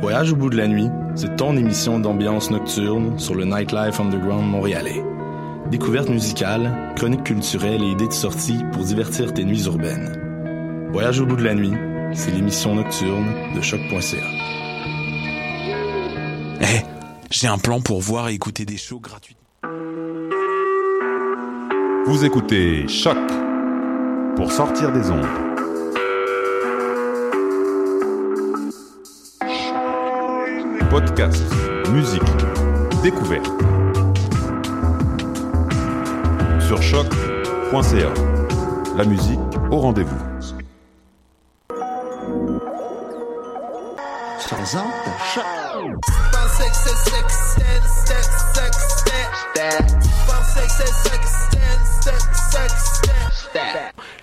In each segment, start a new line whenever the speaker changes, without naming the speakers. Voyage au bout de la nuit, c'est ton émission d'ambiance nocturne sur le Nightlife Underground montréalais. Découvertes musicales, chroniques culturelles et idées de sortie pour divertir tes nuits urbaines. Voyage au bout de la nuit, c'est l'émission nocturne de choc.ca.
Eh, j'ai un plan pour voir et écouter des shows gratuits.
Vous écoutez Choc pour sortir des ondes. Podcast, musique, découverte. Sur choc.ca. La musique au rendez-vous.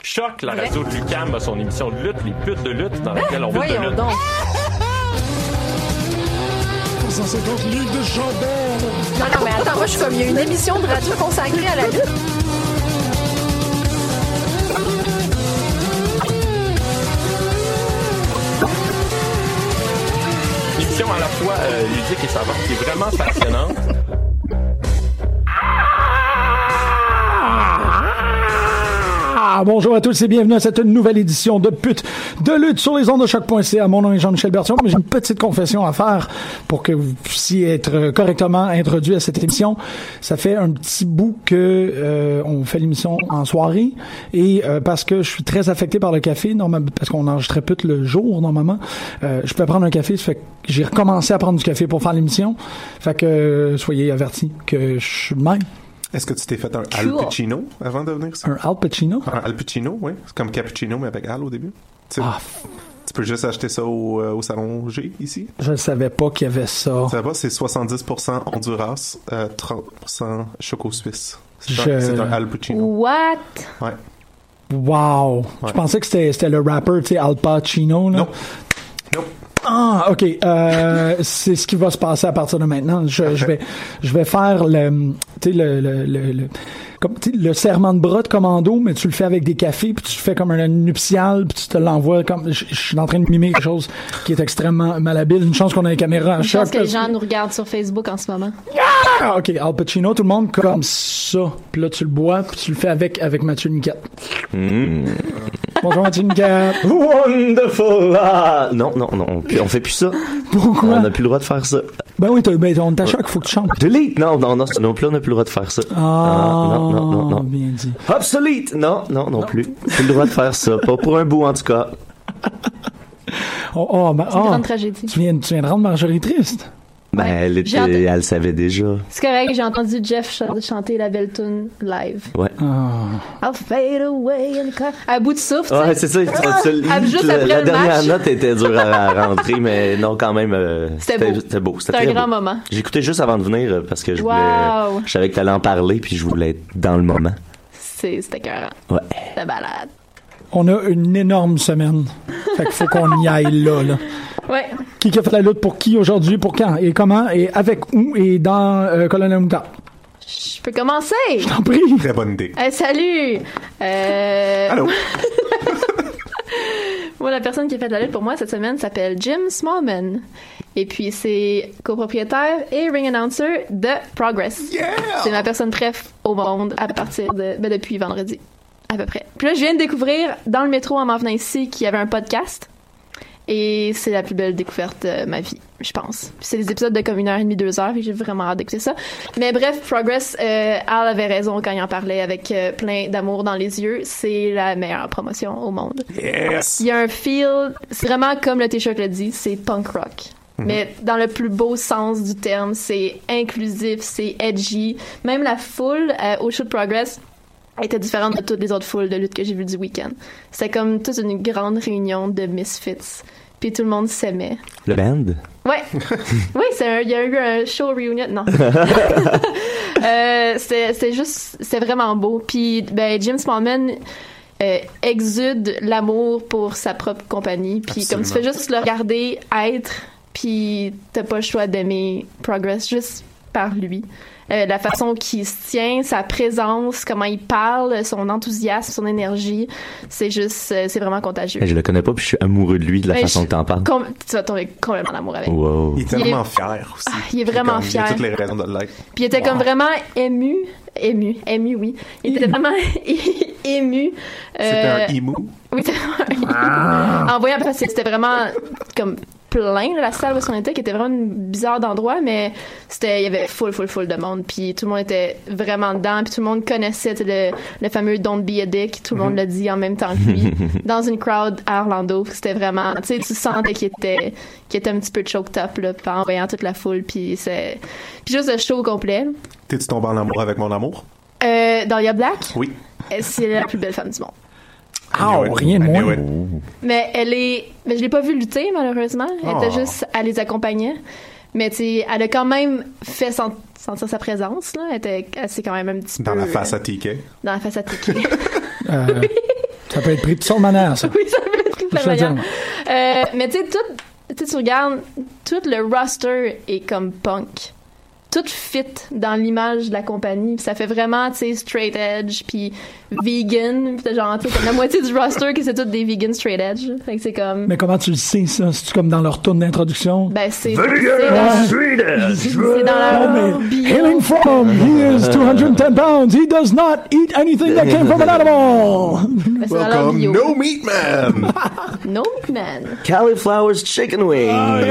Choc, la radio de Lucam a son émission de lutte, les putes de lutte,
Ah,
dans laquelle on va de lutte.
Non, non, mais attends, moi, je suis comme, il y a une émission de radio consacrée à la lutte.
Une émission à la fois euh, ludique et savante, qui est vraiment passionnante.
Ah, bonjour à tous et bienvenue à cette nouvelle édition de pute de lutte sur les ondes de choc.ca. Mon nom est Jean-Michel Bertion, mais j'ai une petite confession à faire pour que vous puissiez être euh, correctement introduit à cette émission. Ça fait un petit bout que euh, on fait l'émission en soirée et euh, parce que je suis très affecté par le café, normalement, parce qu'on enregistrait pute le jour normalement, euh, je peux prendre un café, ça fait que j'ai recommencé à prendre du café pour faire l'émission. Fait que euh, soyez avertis que je suis de même.
Est-ce que tu t'es fait un Al Pacino avant de venir ça?
Un Al Pacino.
Un Al Pacino, oui. C'est comme cappuccino, mais avec Al au début. Tu,
Ah,
tu peux juste acheter ça au, euh, au salon G, ici.
je savais pas qu'il y avait ça.
Ça va, c'est 70% Honduras, euh, 30% Choco Suisse. C'est
Je-
un, c'est un Al Pacino.
What?
Ouais.
Wow! Je
Ouais.
pensais que c'était c'était le rappeur, tu sais, Al Pacino. Là.
Non. Non.
Ah, ok. Euh, c'est ce qui va se passer à partir de maintenant. Je, je vais, je vais faire le, tu sais, le, le, le, le- comme, tu sais, le serment de bras de commando, mais tu le fais avec des cafés, puis tu le fais comme un nuptial, puis tu te l'envoies comme. Je je suis en train de mimer quelque chose qui est extrêmement malhabile. Une chance qu'on a une caméra à
Je pense
chaque.
que les gens nous regardent sur Facebook en ce moment.
Ah, ok. Al Pacino, tout le monde comme ça. Puis là, tu le bois, puis tu le fais avec, avec Mathieu Niquette.
Hmm.
Bonjour Mathieu Niquette.
Wonderful! Ah! Non, non, non, on, on fait plus ça.
Pourquoi?
On n'a plus le droit de faire ça.
Ben oui, t'as, ben, on t'achète qu'il faut que tu chantes.
Delete! Non, non, non, non plus, on n'a plus le droit de faire ça.
Ah,
Ah, non, non, non, non.
bien dit.
Obsolete! Non, non, non plus. Plus le droit de faire ça. Pas pour un bout, en tout cas.
Oh, oh, ma-
C'est une
oh,
grande tragédie.
tu, viens, tu viens de rendre Marjorie triste.
Ah. Ben,
Ouais.
elle,
J'ai
était,
entendu-
elle le savait déjà.
C'est correct, j'ai entendu Jeff ch- chanter la belle tune live. Ah.
Ouais.
I'll fade away and come- À bout de souffle,
Ouais,
tu
c'est
sais.
ça. tu- tu-
Ah, juste
la,
après
la
le
dernière
match.
note était dure à, à rentrer, mais non, quand même. euh,
C'était beau.
C'était beau.
C'était un
très
grand
beau.
moment.
J'écoutais juste avant de venir euh, parce que je
Wow.
voulais. Je savais que t'allais en parler, puis je voulais être dans le moment.
C'est- C'était écœurant.
Ouais.
C'était balade.
On a une énorme semaine. Fait qu'il faut qu'on y aille là, là.
Ouais.
Qui qui a fait la lutte pour qui aujourd'hui, pour quand et comment et avec où et dans euh, Colonel Moutard.
Je peux commencer.
T'en prie.
Très bonne idée.
Hey, salut! Euh,
Allô?
Moi, la personne qui a fait la lutte pour moi cette semaine s'appelle Jim Smallman. Et puis, c'est copropriétaire et ring announcer de Progress. C'est ma personne préf au monde à partir de. ben, depuis vendredi, à peu près. Puis là, je viens de découvrir dans le métro en m'en venant ici qu'il y avait un podcast. Et c'est la plus belle découverte de ma vie, je pense. Puis C'est des épisodes de comme une heure et demie, deux heures, et j'ai vraiment hâte d'écouter ça. Mais bref, Progress, euh, Al avait raison quand il en parlait avec euh, plein d'amour dans les yeux. C'est la meilleure promotion au monde.
Yes!
Il y a un feel, c'est vraiment comme le t-shirt le dit, c'est punk rock.
Mhm.
Mais dans le plus beau sens du terme, c'est inclusif, c'est edgy. Même la foule euh, au show de Progress était différente de toutes les autres foules de lutte que j'ai vues du week-end. C'était comme toute une grande réunion de misfits. Puis tout le monde s'aimait.
Le band?
Ouais. oui, c'est un- il y a eu un show reunion. Non. Euh, c'est c'est juste, c'est vraiment beau. Puis ben, Jim Smallman euh, exude l'amour pour sa propre compagnie. Puis comme tu fais
Absolument.
juste le regarder être, puis t'as pas le choix d'aimer Progress juste par lui. Euh, la façon qu'il se tient, sa présence, comment il parle, son enthousiasme, son énergie, c'est juste, euh, c'est vraiment contagieux.
Hey, je le connais pas, puis je suis amoureux de lui, de la
Mais
façon
je-
que t'en parles.
com- tu vas tomber complètement en amour avec.
Wow.
Il est tellement Il est-
fier aussi.
Ah, il est vraiment
Comme, Il y
fier.
a toutes les raisons de l'être.
Puis il était comme vraiment ému, ému, ému, oui. Il était vraiment ému.
C'était
euh,
un emu.
Oui, c'était un ému. En voyant, parce que c'était vraiment comme plein là, la salle où on était, qui était vraiment une bizarre d'endroit, mais c'était il y avait full, full, full de monde. Puis tout le monde était vraiment dedans, puis tout le monde connaissait tu sais, le, le fameux Don't Be a Dick, tout le monde l'a dit en même temps que lui, dans une crowd à Orlando. C'était vraiment, tu sais, tu sentais qu'il était, qu'il était un petit peu choked up là, en voyant toute la foule, puis c'est, puis juste le show au complet.
T'es-tu tombé en amour avec mon amour?
Euh, Dahlia Black,
Oui.
euh, c'est la plus belle femme du monde.
Ah, rien de moins.
Mais elle est. Mais je l'ai pas vue lutter, malheureusement. Elle
Oh.
était juste. Elle les accompagnait. Mais tu sais, elle a quand même fait sen- sentir sa présence, là. Elle, était... elle s'est quand même un petit
Dans
peu.
la face à TK.
euh, Dans la face à Tiki.
Euh, ça peut être pris de son manière, ça.
oui, ça peut être toute la
Je veux dire.
manière. Euh, mais tu sais, tout. Tu sais, tu regardes, tout le roster est comme punk. Tout fit dans l'image de la compagnie. Puis ça fait vraiment, tu sais, straight edge, puis vegan. Puis t'as genre, tu sais, comme la moitié du roster qui c'est toutes des vegans straight edge. Fait que c'est comme.
Mais comment tu le sais, ça? C'est-tu comme dans leur tourne d'introduction?
Ben, c'est.
Vegan
c'est dans-
Sweden.
C'est dans la.
Oh, mais hailing from, he is 210 pounds. He does not eat anything that came from an animal.
Ben, c'est dans leur bio.
Man!
No Meat Man.
Cauliflower's chicken wings.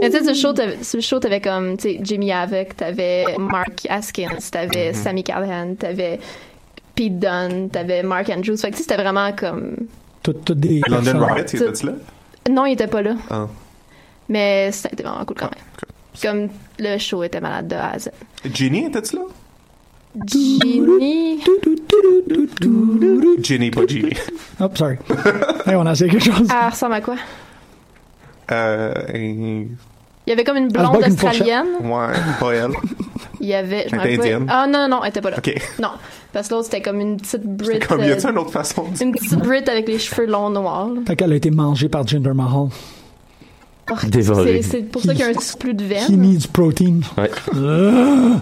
Mais tu sais, sur le show, t'avais- sur le show, t'avais comme, tu sais, Jimmy Havoc, t'avais Mark Haskins, t'avais
Mm-hmm.
Mhm.
Sammy Callahan, t'avais Pete Dunne, t'avais Mark Andrews. Fait que tu sais, c'était vraiment comme.
Toutes toutes des personnes.
London Rocket, il était-tu là?
Non, il était pas là.
Ah.
Mais c'était vraiment cool quand même. Comme le show était malade de A à Z.
Ginny, était-tu là?
Ginny.
Ginny, pas Ginny.
Hop, Oh, sorry. Hey, on a essayé quelque chose.
Elle ressemble à quoi?
Euh, et-
Il y avait comme une
Elle se bat
blonde
avec une fourchette.
australienne.
Ouais, pas elle.
Il y avait. je me
Elle
rappelle
était
pas-
indienne.
Ah non, non, non, elle était pas là.
Ok.
Non. Parce que l'autre, c'était comme une petite Brit.
Comme, y a-tu
euh,
une autre façon? de-
une petite Brit avec les cheveux longs noirs. là.
Fait qu'elle a été mangée par Jinder Mahal.
Oh,
Dévoré.
c'est- C'est pour ça qu'il y a un petit plus de
He
veine.
needs protein. Euh,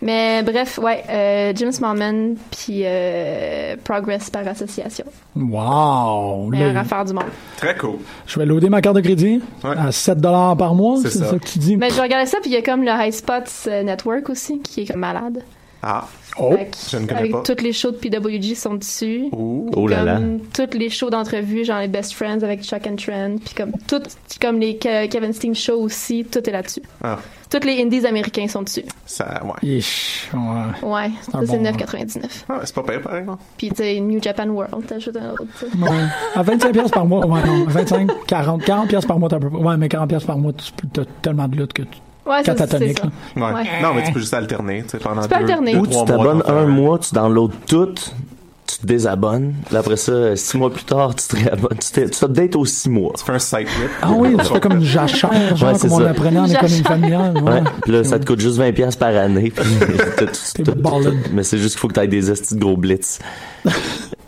Mais bref, ouais, euh, Jim Smallman puis euh, Progress par association.
wow.
Meilleure
Le-
affaire du monde.
Très cool.
Je vais loader ma carte de crédit à 7 par mois, c'est ça. que tu dis?
Mais je regardais ça puis il y a comme le High Spots euh, Network aussi qui est comme malade.
Ah.
Oh,
Fait que-
je ne connais
avec
pas.
toutes les shows de PWG sont dessus.
Oh là là.
Comme toutes les shows d'entrevue, genre les Best Friends avec Chuck and Trent, puis comme tout, comme les Ke- Kevin Steen Show aussi, tout est là-dessus.
Ah,
Tous les indies américains sont dessus.
ça, ouais.
Ouais,
C'est
ça
un
c'est
bon-
9,99.
Ah, c'est pas pire, par exemple.
Puis tu sais, New Japan World, t'ajoutes un autre. tu sais.
Ouais. À 25 pièces par mois, ouais, non, 25, 40, 40 pièces par mois, t'as peu, ouais, mais 40 pièces par mois, tu peux- t'as tellement de luttes que tu,
Ouais, ça,
catatonique,
c'est ça.
Ouais.
Ouais.
Non, mais tu peux juste alterner, tu sais, pendant
Tu peux
deux,
alterner.
deux,
Ou
Tu
trois mois.
t'abonnes un mois, tu downloads tout, tu te désabonnes. Puis après ça, euh, six mois plus tard, tu te réabonnes. Tu t'es- tu t'updates aux six mois. Tu
fais un site
Ah oui, tu fais comme une jachère, genre,
Ouais, c'est
comme on
ça.
apprenait en
Une
économie
jachère.
familiale, ouais.
Ouais, puis là, Euh, ça te coûte juste 20$ piastres par année. puis t'as tout- tout- tout- mais c'est juste qu'il faut que tu aies des estis de gros blitz.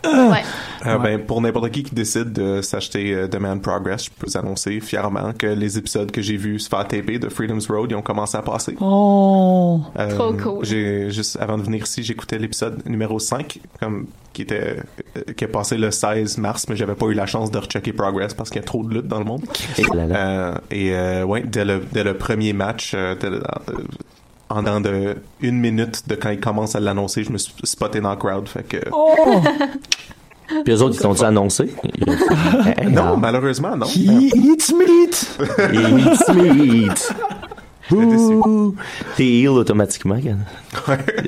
Ouais.
Euh, ben, pour n'importe qui qui décide de s'acheter euh, Demand Progress, je peux vous annoncer fièrement que les épisodes que j'ai vus se faire taper de Freedom's Road, ils ont commencé à passer.
Oh.
Euh,
Trop cool.
J'ai juste avant de venir ici, j'écoutais l'épisode numéro 5 comme qui était euh, qui est passé le 16 mars, mais j'avais pas eu la chance de rechecker Progress parce qu'il y a trop de luttes dans le monde. Euh, et euh, ouais, dès le dès le premier match euh, dès le- euh, en dans de une minute de quand ils commencent à l'annoncer, je me suis spoté dans le crowd. Fait que
Oh!
Puis eux autres, ils t'ont-ils annoncé?
non, malheureusement, non. Ben,
He eats meat!
He eats meat! Ouh! T'es heal automatiquement, Ken.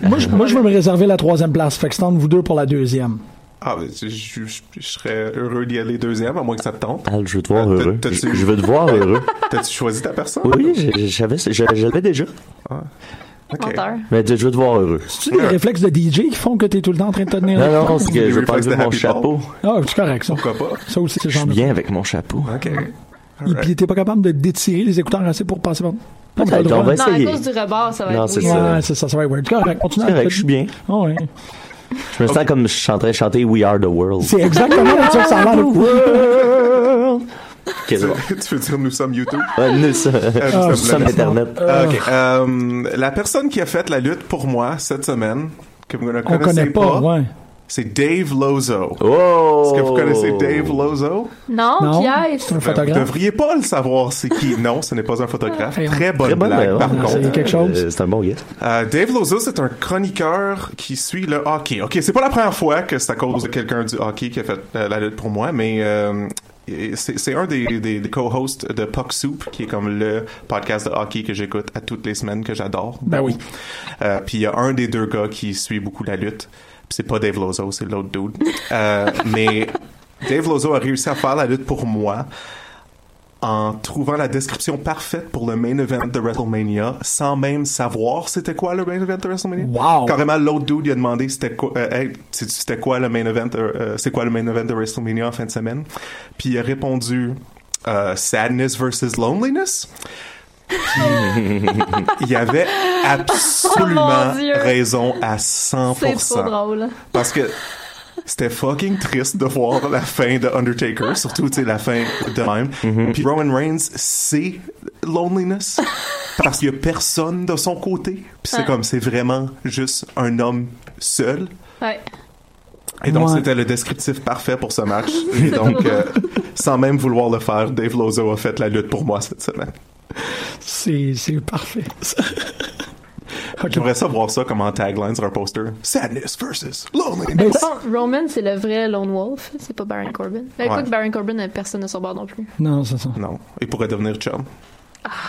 moi, je, moi, je veux me réserver la troisième place. Fait que c'est entre vous deux pour la deuxième.
Ah, ben, je, je- je- je serais heureux d'y aller deuxième, à moins que ça te tente.
Al, Ah, je veux te voir
Euh,
heureux.
t'as-
Je,
t'as-tu-
je veux te voir euh, heureux.
T'as-tu choisi ta personne?
Oui, je, je, savais- je, je l'avais déjà.
Menteur.
Mais je veux te voir heureux.
Tu des réflexes de DJ qui font que t'es tout le temps en train de te tenir
Non,
le
non,
front?
c'est que je veux pas
reflex de
enlever mon
Happy
chapeau.
Ah, c'est correct, ça.
Pourquoi pas?
Ça aussi, c'est le
Je
genre
suis
de...
bien avec mon chapeau.
OK.
Et puis, t'es pas capable de détirer les écouteurs assez pour passer par...
Peut-être,
Pas le droit.
on Ah, va
Non,
essayer.
à cause du rebord, ça va
Non,
être
c'est
weird.
ça.
Ouais, c'est ça, ça va être weird. Correct, continue.
C'est correct, je suis bien.
Ah ouais.
Je me sens comme je suis en train de chanter We Are the World.
C'est exactement ça que ça a l'air de...
Ok, c'est bon.
tu veux dire nous sommes YouTube?
Ouais, nous sommes-
Ah,
nous sommes Internet.
Ah, ok. Euh, la personne qui a fait la lutte pour moi cette semaine, que vous ne
On
connaissez
connaît pas, ouais.
c'est Dave Lozo.
Oh!
Est-ce que vous connaissez Dave Lozo?
Non,
Non,
Pierre,
c'est un
Ben, vous
photographe.
devriez pas le savoir, c'est qui. Non, ce n'est pas un photographe.
Hey, on-
Très bonne
Très bonne,
blague,
euh,
par
ouais,
contre.
c'est quelque chose.
Euh, C'est un bon gars.
Euh, Dave Lozo, c'est un chroniqueur qui suit le hockey. OK, c'est pas la première fois que c'est à cause de quelqu'un du hockey qui a fait euh, la lutte pour moi, mais euh, et c'est c'est un des, des- des co-hosts de Puck Soup, qui est comme le podcast de hockey que j'écoute à toutes les semaines, que j'adore.
Ben oui.
Euh, Puis il y a un des deux gars qui suit beaucoup la lutte. Puis c'est pas Dave Lozo, c'est l'autre dude. Euh, mais Dave Lozo a réussi à faire la lutte pour moi en trouvant la description parfaite pour le main event de WrestleMania sans même savoir c'était quoi le main event de WrestleMania.
Wow.
Carrément, l'autre dude lui a demandé c'était quoi, euh, Hey, sais-tu c'était quoi le main event, euh, euh, c'est quoi le main event de WrestleMania en fin de semaine. Puis il a répondu euh, Sadness versus Loneliness. Puis, il y avait absolument
Oh mon Oh Dieu.
raison à 100%.
c'est trop drôle.
Parce que c'était fucking triste de voir la fin de Undertaker, surtout tu sais, la fin de même. Puis Roman Reigns, c'est loneliness parce qu'il y a personne de son côté. Puis c'est
Ouais.
comme c'est vraiment juste un homme seul.
Ouais.
Et donc
Ouais.
c'était le descriptif parfait pour ce match. Et donc euh, sans même vouloir le faire, Dave Lozo a fait la lutte pour moi cette semaine.
C'est c'est parfait. OK.
J'aimerais ça voir ça comme en tagline sur un poster. Sadness versus loneliness.
Ben,
Bon, Roman, c'est le vrai Lone Wolf, c'est pas Baron Corbin. Ben,
Ouais.
Écoute, Baron Corbin, euh, personne ne son bord non plus.
Non, c'est ça.
Non, il pourrait devenir chum.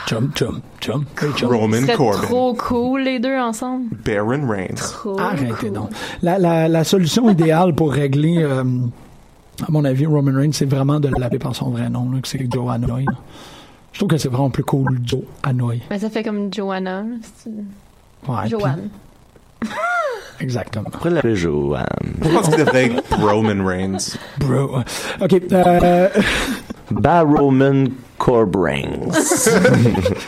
Chum, chum, chum. Hey, chum.
Roman
C'est
Corbin,
trop cool, les deux ensemble.
Baron Reigns.
Trop
Arrêtez
cool.
donc. La, la, la solution idéale pour régler, euh, à mon avis, Roman Reigns, c'est vraiment de l'appeler par son vrai nom, là, que c'est Joe Hanoi. là. Je trouve que c'est vraiment plus cool, Joe Hanoi.
Mais Ben, ça fait comme Joanna. là, c'est-
Ah,
Ouais,
Joanne.
puis- Exactement.
Après la Peugeot, euh,
Je pense qu'il devrait être Roman Reigns.
Bro. OK. euh,
Barrowman Corbrings.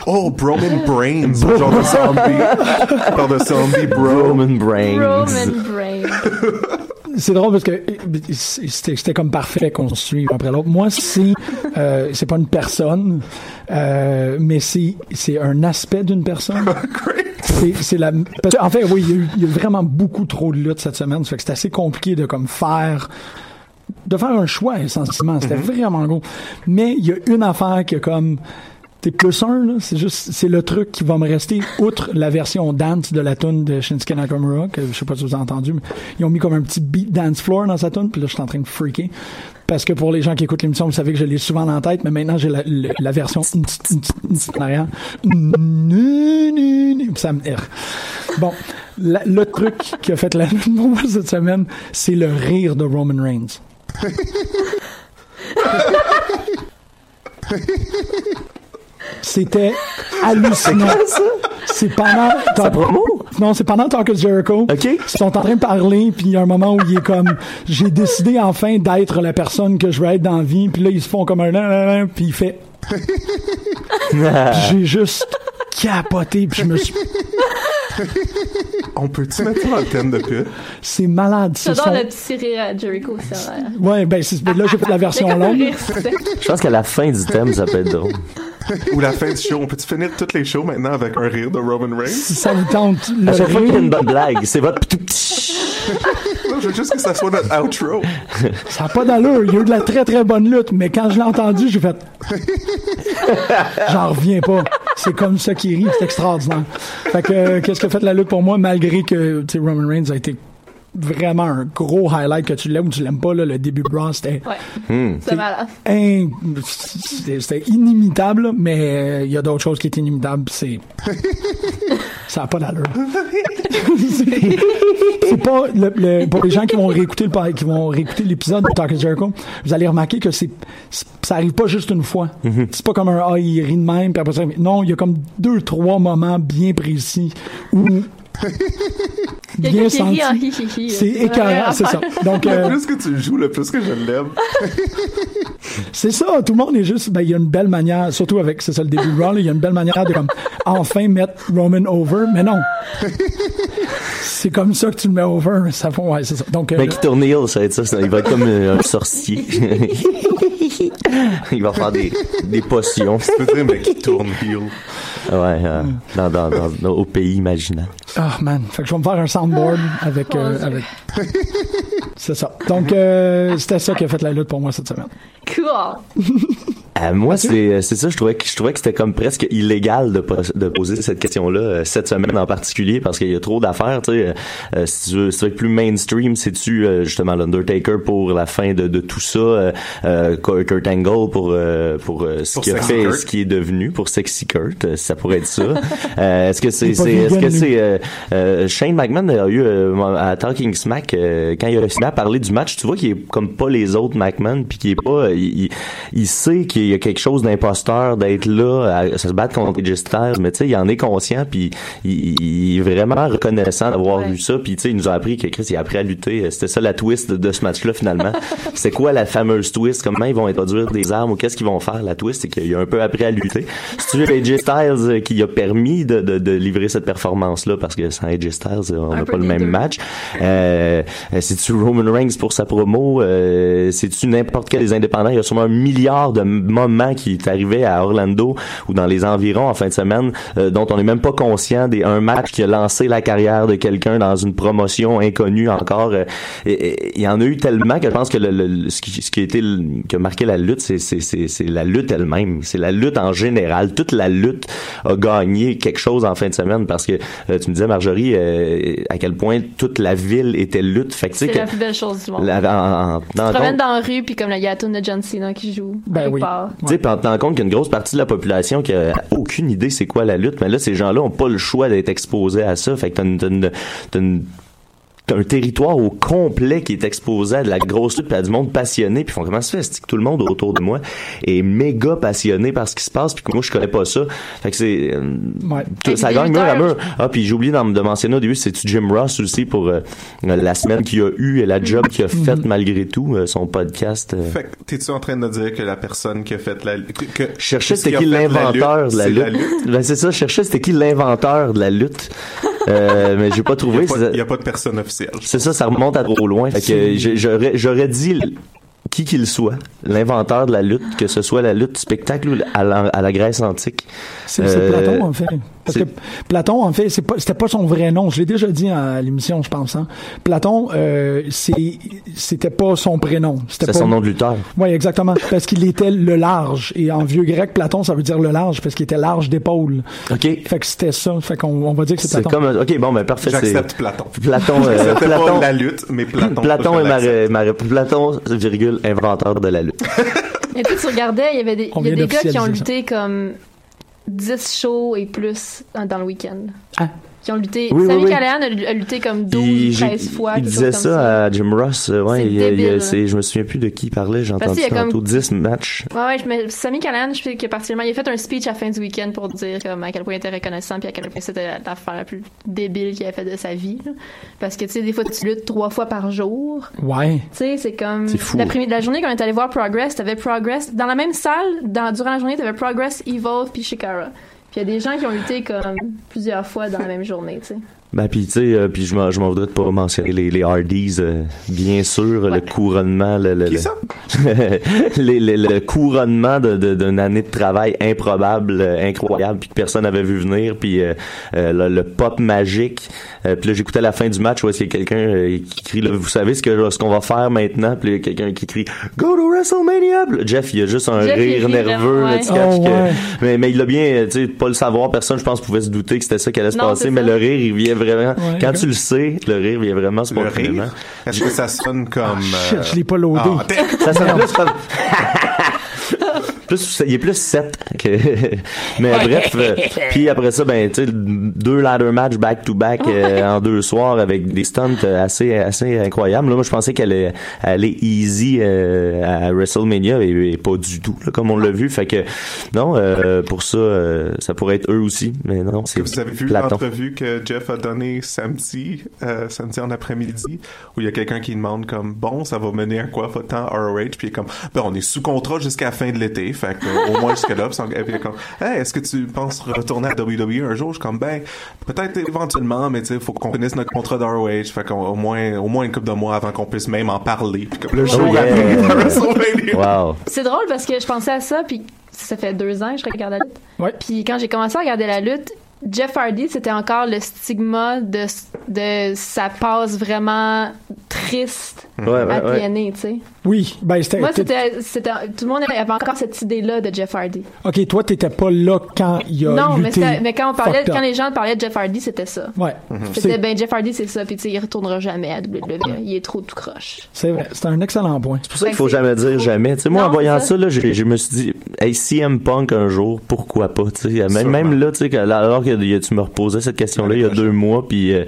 Oh, Broman Brains. genre de zombie. Genre de zombie, bro.
Roman Brains.
Roman Brain.
c'est drôle parce que euh, c'était c'était comme parfait qu'on se suive après l'autre. Moi, c'est euh, c'est pas une personne, euh, mais c'est c'est un aspect d'une personne. C'est c'est la. parce que, en fait, oui, il y, a eu- il y a eu vraiment beaucoup trop de luttes cette semaine. Ça fait que c'est assez compliqué de comme faire de faire un choix essentiellement. C'était vraiment gros. Mais il y a une affaire que comme t'es plus un, là, c'est juste c'est le truc qui va me rester outre la version dance de la tune de Shinsuke Nakamura que je sais pas si vous avez entendu mais ils ont mis comme un petit beat dance floor dans sa tune puis là je suis en train de freaker parce que pour les gens qui écoutent l'émission vous savez que je l'ai souvent dans la tête mais maintenant j'ai la, le- la version en arrière Puis ça me erre. bon la- le truc qui a fait la pour moi cette semaine c'est le rire de Roman Reigns C'était hallucinant. C'est pendant. Ta
promo?
Non, c'est pendant Talk of Jericho.
OK.
Ils sont en train de parler, puis il y a un moment où il est comme J'ai décidé enfin d'être la personne que je veux être dans la vie, puis là, ils se font comme un. nan, nan, nan, Puis il fait. Puis j'ai juste capoté, puis je me suis.
On peut-tu mettre ça dans le thème de pute?
C'est malade, c'est
J'adore
son-
le petit rire à Jericho, ça. ouais.
Ouais, ben, c'est- là, j'ai fait la version
C'est comme un
longue.
rire sec.
Je pense qu'à la fin du thème, ça peut être drôle.
Ou la fin du show? On peut-tu finir toutes les shows maintenant avec un rire de Roman Reigns?
Si ça vous tente, le
À chaque fois qu'il y a
rire,
une bonne blague, c'est votre petit petit-
Non, je veux juste que ça soit notre outro.
ça n'a pas d'allure. Il y a eu de la très très bonne lutte, mais quand je l'ai entendu, j'ai fait. J'en reviens pas. C'est comme ça qu'il rit, c'est extraordinaire. Fait que, euh, qu'est-ce que a fait la lutte pour moi, malgré que tu sais, Roman Reigns a été vraiment un gros highlight que tu l'aimes ou tu l'aimes pas, là, le début Braun, c'était.
Hmm. C'est malade.
in- C'était c'était Hein, inimitable, mais euh, il y a d'autres choses qui étaient inimitables, puis c'est. ça n'a pas d'allure. c'est pas le- le- pour les gens qui vont réécouter le pa- qui vont réécouter l'épisode de Talk is Jericho, vous allez remarquer que c'est c'est- ça arrive pas juste une fois. C'est pas comme un ah il rit de même puis après ça non, il y a comme deux trois moments bien précis où bien
Quelqu'un qui rit
senti.
en hi hi hi.
C'est
Ouais,
écœurant, c'est ça.
affaire.
Donc euh,
Le plus que tu joues, le plus que je l'aime.
c'est ça, tout le monde est juste ben il y a une belle manière surtout avec c'est ça le début de Raw, là, il y a une belle manière de comme enfin mettre Roman over, mais non. C'est comme ça que tu le mets over, ça fait- ouais, c'est ça. Donc euh,
Mais Ben, qui tourne heel, ça va être ça. ça, Il va être comme euh, un sorcier. il va faire des, des potions.
Tu peux dire, mais qui tourne heel.
Ouais, euh, dans, dans, dans- dans- au pays imaginaire.
Ah, man. Fait que je vais me faire un soundboard avec. euh, avec... C'est ça. Donc, euh, c'était ça qui a fait la lutte pour moi cette semaine.
Cool.
Euh, moi, c'est c'est ça, je trouvais que je trouvais que c'était comme presque illégal de, pos- de poser cette question-là euh, cette semaine en particulier parce qu'il y a trop d'affaires, tu sais. Euh, si tu veux, si tu veux être plus mainstream, c'est-tu euh, justement l'Undertaker pour la fin de, de tout ça, euh, euh, Kurt Angle pour euh, pour euh, ce
Pour
qu'il a
Sexy
fait, et
Kurt.
ce qu'il est devenu pour Sexy Kurt, euh, ça pourrait être ça. Euh, est-ce que c'est
Il est pas
c'est est-ce que
vegan, lui.
c'est euh, euh, Shane McMahon a eu euh, à Talking Smack euh, quand il a fini à parler du match, tu vois qu'il est comme pas les autres McMahon puis qu'il est pas euh, il, il- il sait qu'il y a quelque chose d'imposteur d'être là à, se battre contre AJ Styles, mais tu sais il en est conscient puis il, il est vraiment reconnaissant d'avoir vu ça puis tu sais il nous a appris que Chris il a appris à lutter, c'était ça la twist de, de ce match là finalement. c'est quoi la fameuse twist comment ils vont introduire des armes ou qu'est-ce qu'ils vont faire la twist c'est qu'il a un peu appris à lutter. Si tu veux AJ Styles euh, qui a permis de, de, de livrer cette performance là parce que sans AJ Styles euh, on
Un
n'a
peu
pas le
des
même
deux.
match. Euh, euh, c'est-tu Roman Reigns pour sa promo? Euh, c'est-tu n'importe quel des indépendants? Il y a sûrement un milliard de m- moments qui est arrivé à Orlando ou dans les environs en fin de semaine euh, dont on n'est même pas conscient des un match qui a lancé la carrière de quelqu'un dans une promotion inconnue encore. Euh, et- et- Il y en a eu tellement que je pense que le, le- le- ce, qui, ce qui a été le- qui a marqué la lutte, c'est, c'est, c'est, c'est la lutte elle-même. C'est la lutte en général. Toute la lutte a gagné quelque chose en fin de semaine parce que euh, tu me disais, Marjorie, euh, à quel point toute la ville était lutte. Fait que tu sais
C'est
que.
la plus belle chose du monde.
la- en- en-
Tu
en-
te promènes dans la rue, puis comme la Yatun de John Cena qui joue.
Ben
quelque part.
Tu sais, puis en tenant compte qu'il y a une grosse partie de la population qui a aucune idée c'est quoi la lutte, mais là, ces gens-là ont pas le choix d'être exposés à ça. Fait que t'as une- t'as une- t'as une- t'as un territoire au complet qui est exposé à de la grosse lutte, puis à du monde passionné, puis ils font comment ça se fait, c'est que tout le monde autour de moi est méga passionné par ce qui se passe, puis que moi je connais pas ça. Fait que c'est euh, tout-
Avec
ça
des
gagne mur à
lutteurs.
mur. Ah puis j'ai oublié d'en- de mentionner au début, c'est tu Jim Ross aussi pour euh, la semaine qu'il a eu et la job qu'il a faite malgré tout euh, son podcast. euh,
Fait que t'es-tu en train de me dire que la personne qui a fait la que, que-
Chercher
que ce
c'était
a
qui
fait
l'inventeur de la
c'est
lutte. Ben, c'est ça, chercher c'était qui l'inventeur de la lutte. Euh, mais j'ai pas
Il
trouvé.
y a pas-
c'est-
il y a, pas de personne officielle.
C'est ça, ça remonte à trop loin. Fait que j'ai- j'aurais j'aurais dit l- qui qu'il soit, l'inventeur de la lutte, que ce soit la lutte spectacle ou la- à la, à la Grèce antique.
C'est c'est
Euh,
Platon, en fait. Parce que
c'est-
Platon, en fait, c'est pas- c'était pas son vrai nom. Je l'ai déjà dit à l'émission, je pense. hein. Platon, euh, c'est- c'était pas son prénom.
C'est
pas-
son nom de lutteur.
Oui, exactement. Parce qu'il était le large. Et en vieux grec, Platon, ça veut dire le large, parce qu'il était large d'épaule.
OK.
Fait que c'était ça. Fait qu'on on va dire que c'est
C'est
Platon.
comme un- OK, bon ben parfait, c'est-
J'accepte Platon.
Platon euh,
J'accepte pas
Platon
la lutte, mais Platon,
Platon
je
est ma,
l'accepte.
ma- Platon virgule inventeur de la lutte.
Et puis tu regardais, il y avait des,
On
il y a
vient
des gars qui ont
d'officialiser
lutté comme 10 shows et plus dans, dans le week-end.
Ah.
Qui ont lutté.
Oui, oui,
Sami
oui.
Callihan a, a lutté comme 12,
Il, j'ai-
13 fois.
il
quelque
disait
chose
ça,
comme
à Jim Ross. euh, Ouais,
C'est
il, il-
débile. hein.
c'est- je me souviens plus de qui il parlait. J'ai
Parce
entendu
qu'il y a
tantôt
comme-
10 matchs.
Ouais, ouais, mais Sami Callihan, je sais que particulièrement, il a fait un speech à la fin du week-end pour dire comme, à quel point il était reconnaissant puis à quel point c'était l'affaire la plus débile qu'il avait faite de sa vie. là. Parce que, tu sais, des fois, tu luttes trois fois par jour.
Ouais.
Tu sais, c'est comme
C'est fou.
l'après-midi de la journée quand on est allé voir Progress, t'avais Progress dans la même salle, dans, durant la journée, t'avais Progress, Evolve puis Shikara. Puis il y a des gens qui ont lutté comme plusieurs fois dans la même journée, tu sais.
Ben puis tu sais, euh, puis je m'en je m'en voudrais de pas mentionner les, les Hardys, euh, bien sûr, le couronnement, le, le- le- les- les- le couronnement de- de- d'une année de travail improbable, euh, incroyable, puis que personne n'avait vu venir, puis euh, euh, le, le pop magique. Euh, puis là, j'écoutais la fin du match où est-ce qu'il y a quelqu'un euh, qui crie, là, vous savez ce que ce qu'on va faire maintenant, puis là, il y a quelqu'un qui crie, Go to WrestleMania. Puis là, Jeff, il y a juste un
Jeff, il
rire
rit
nerveux,
vraiment,
là, tu
ouais.
catches
Oh,
que-
ouais.
mais, mais il l'a bien, euh, tu sais, pas le savoir, personne, je pense, pouvait se douter que c'était ça qui allait se
Non,
passer,
c'est
mais
ça.
le rire, il vient vraiment. Quand tu le sais, le rire vient vraiment spontanément.
Est-ce que ça sonne comme.
Ah, Shit, je l'ai pas loadé.
Ah, t'es-
Ça sonne plus comme. Plus- il est plus 7 que mais bref euh, puis après ça ben tu sais deux ladder match back to back euh, en deux soirs avec des stunts euh, assez assez incroyables là moi je pensais qu'elle allait aller easy euh, à WrestleMania et, et pas du tout là, comme on l'a vu fait que non euh, pour ça euh, ça pourrait être eux aussi mais non c'est
Vous avez vu
Platon
l'entrevue que Jeff a donnée samedi, euh, samedi en après-midi, où il y a quelqu'un qui demande comme bon, ça va mener à quoi votre temps ROH, puis il est comme ben on est sous contrat jusqu'à la fin de l'été, fait que, euh, au moins jusque là, puis son- puis il est comme hey, est-ce que tu penses retourner à WWE un jour, je suis comme ben peut-être éventuellement, mais tu sais faut qu'on finisse notre contrat d'ROH, fait qu'on- au moins au moins une couple de mois avant qu'on puisse même en parler, puis comme Ah,
Le jour après. Oh, wow
C'est drôle parce que je pensais à ça, puis ça fait deux ans que je regarde la lutte. Puis quand j'ai commencé à regarder la lutte, Jeff Hardy, c'était encore le stigma de, de sa passe vraiment triste,
Ouais, ouais, ouais.
aliénée, tu sais.
Oui, ben c'était.
Moi,
t'es-
c'était, c'était. Tout le monde avait encore cette idée-là de Jeff Hardy.
Ok, toi, t'étais pas là quand il a
Non, mais,
lutté.
c'était- mais quand, on parlait,
fucked up.
quand les gens parlaient de Jeff Hardy, c'était ça.
Ouais.
C'était,
C'est-
ben, Jeff Hardy, c'est ça, puis tu sais, il retournera jamais à WWE. Il est trop tout croche.
C'est vrai, c'est un excellent point.
C'est pour ça qu'il faut jamais dire jamais. Tu sais, moi, en voyant ça, là, j'ai- je, me suis dit, hey, CM Punk un jour, pourquoi pas? Tu sais, même, même là, tu sais, que- alors que il y a- tu me reposais cette question-là il y a deux mois, puis euh,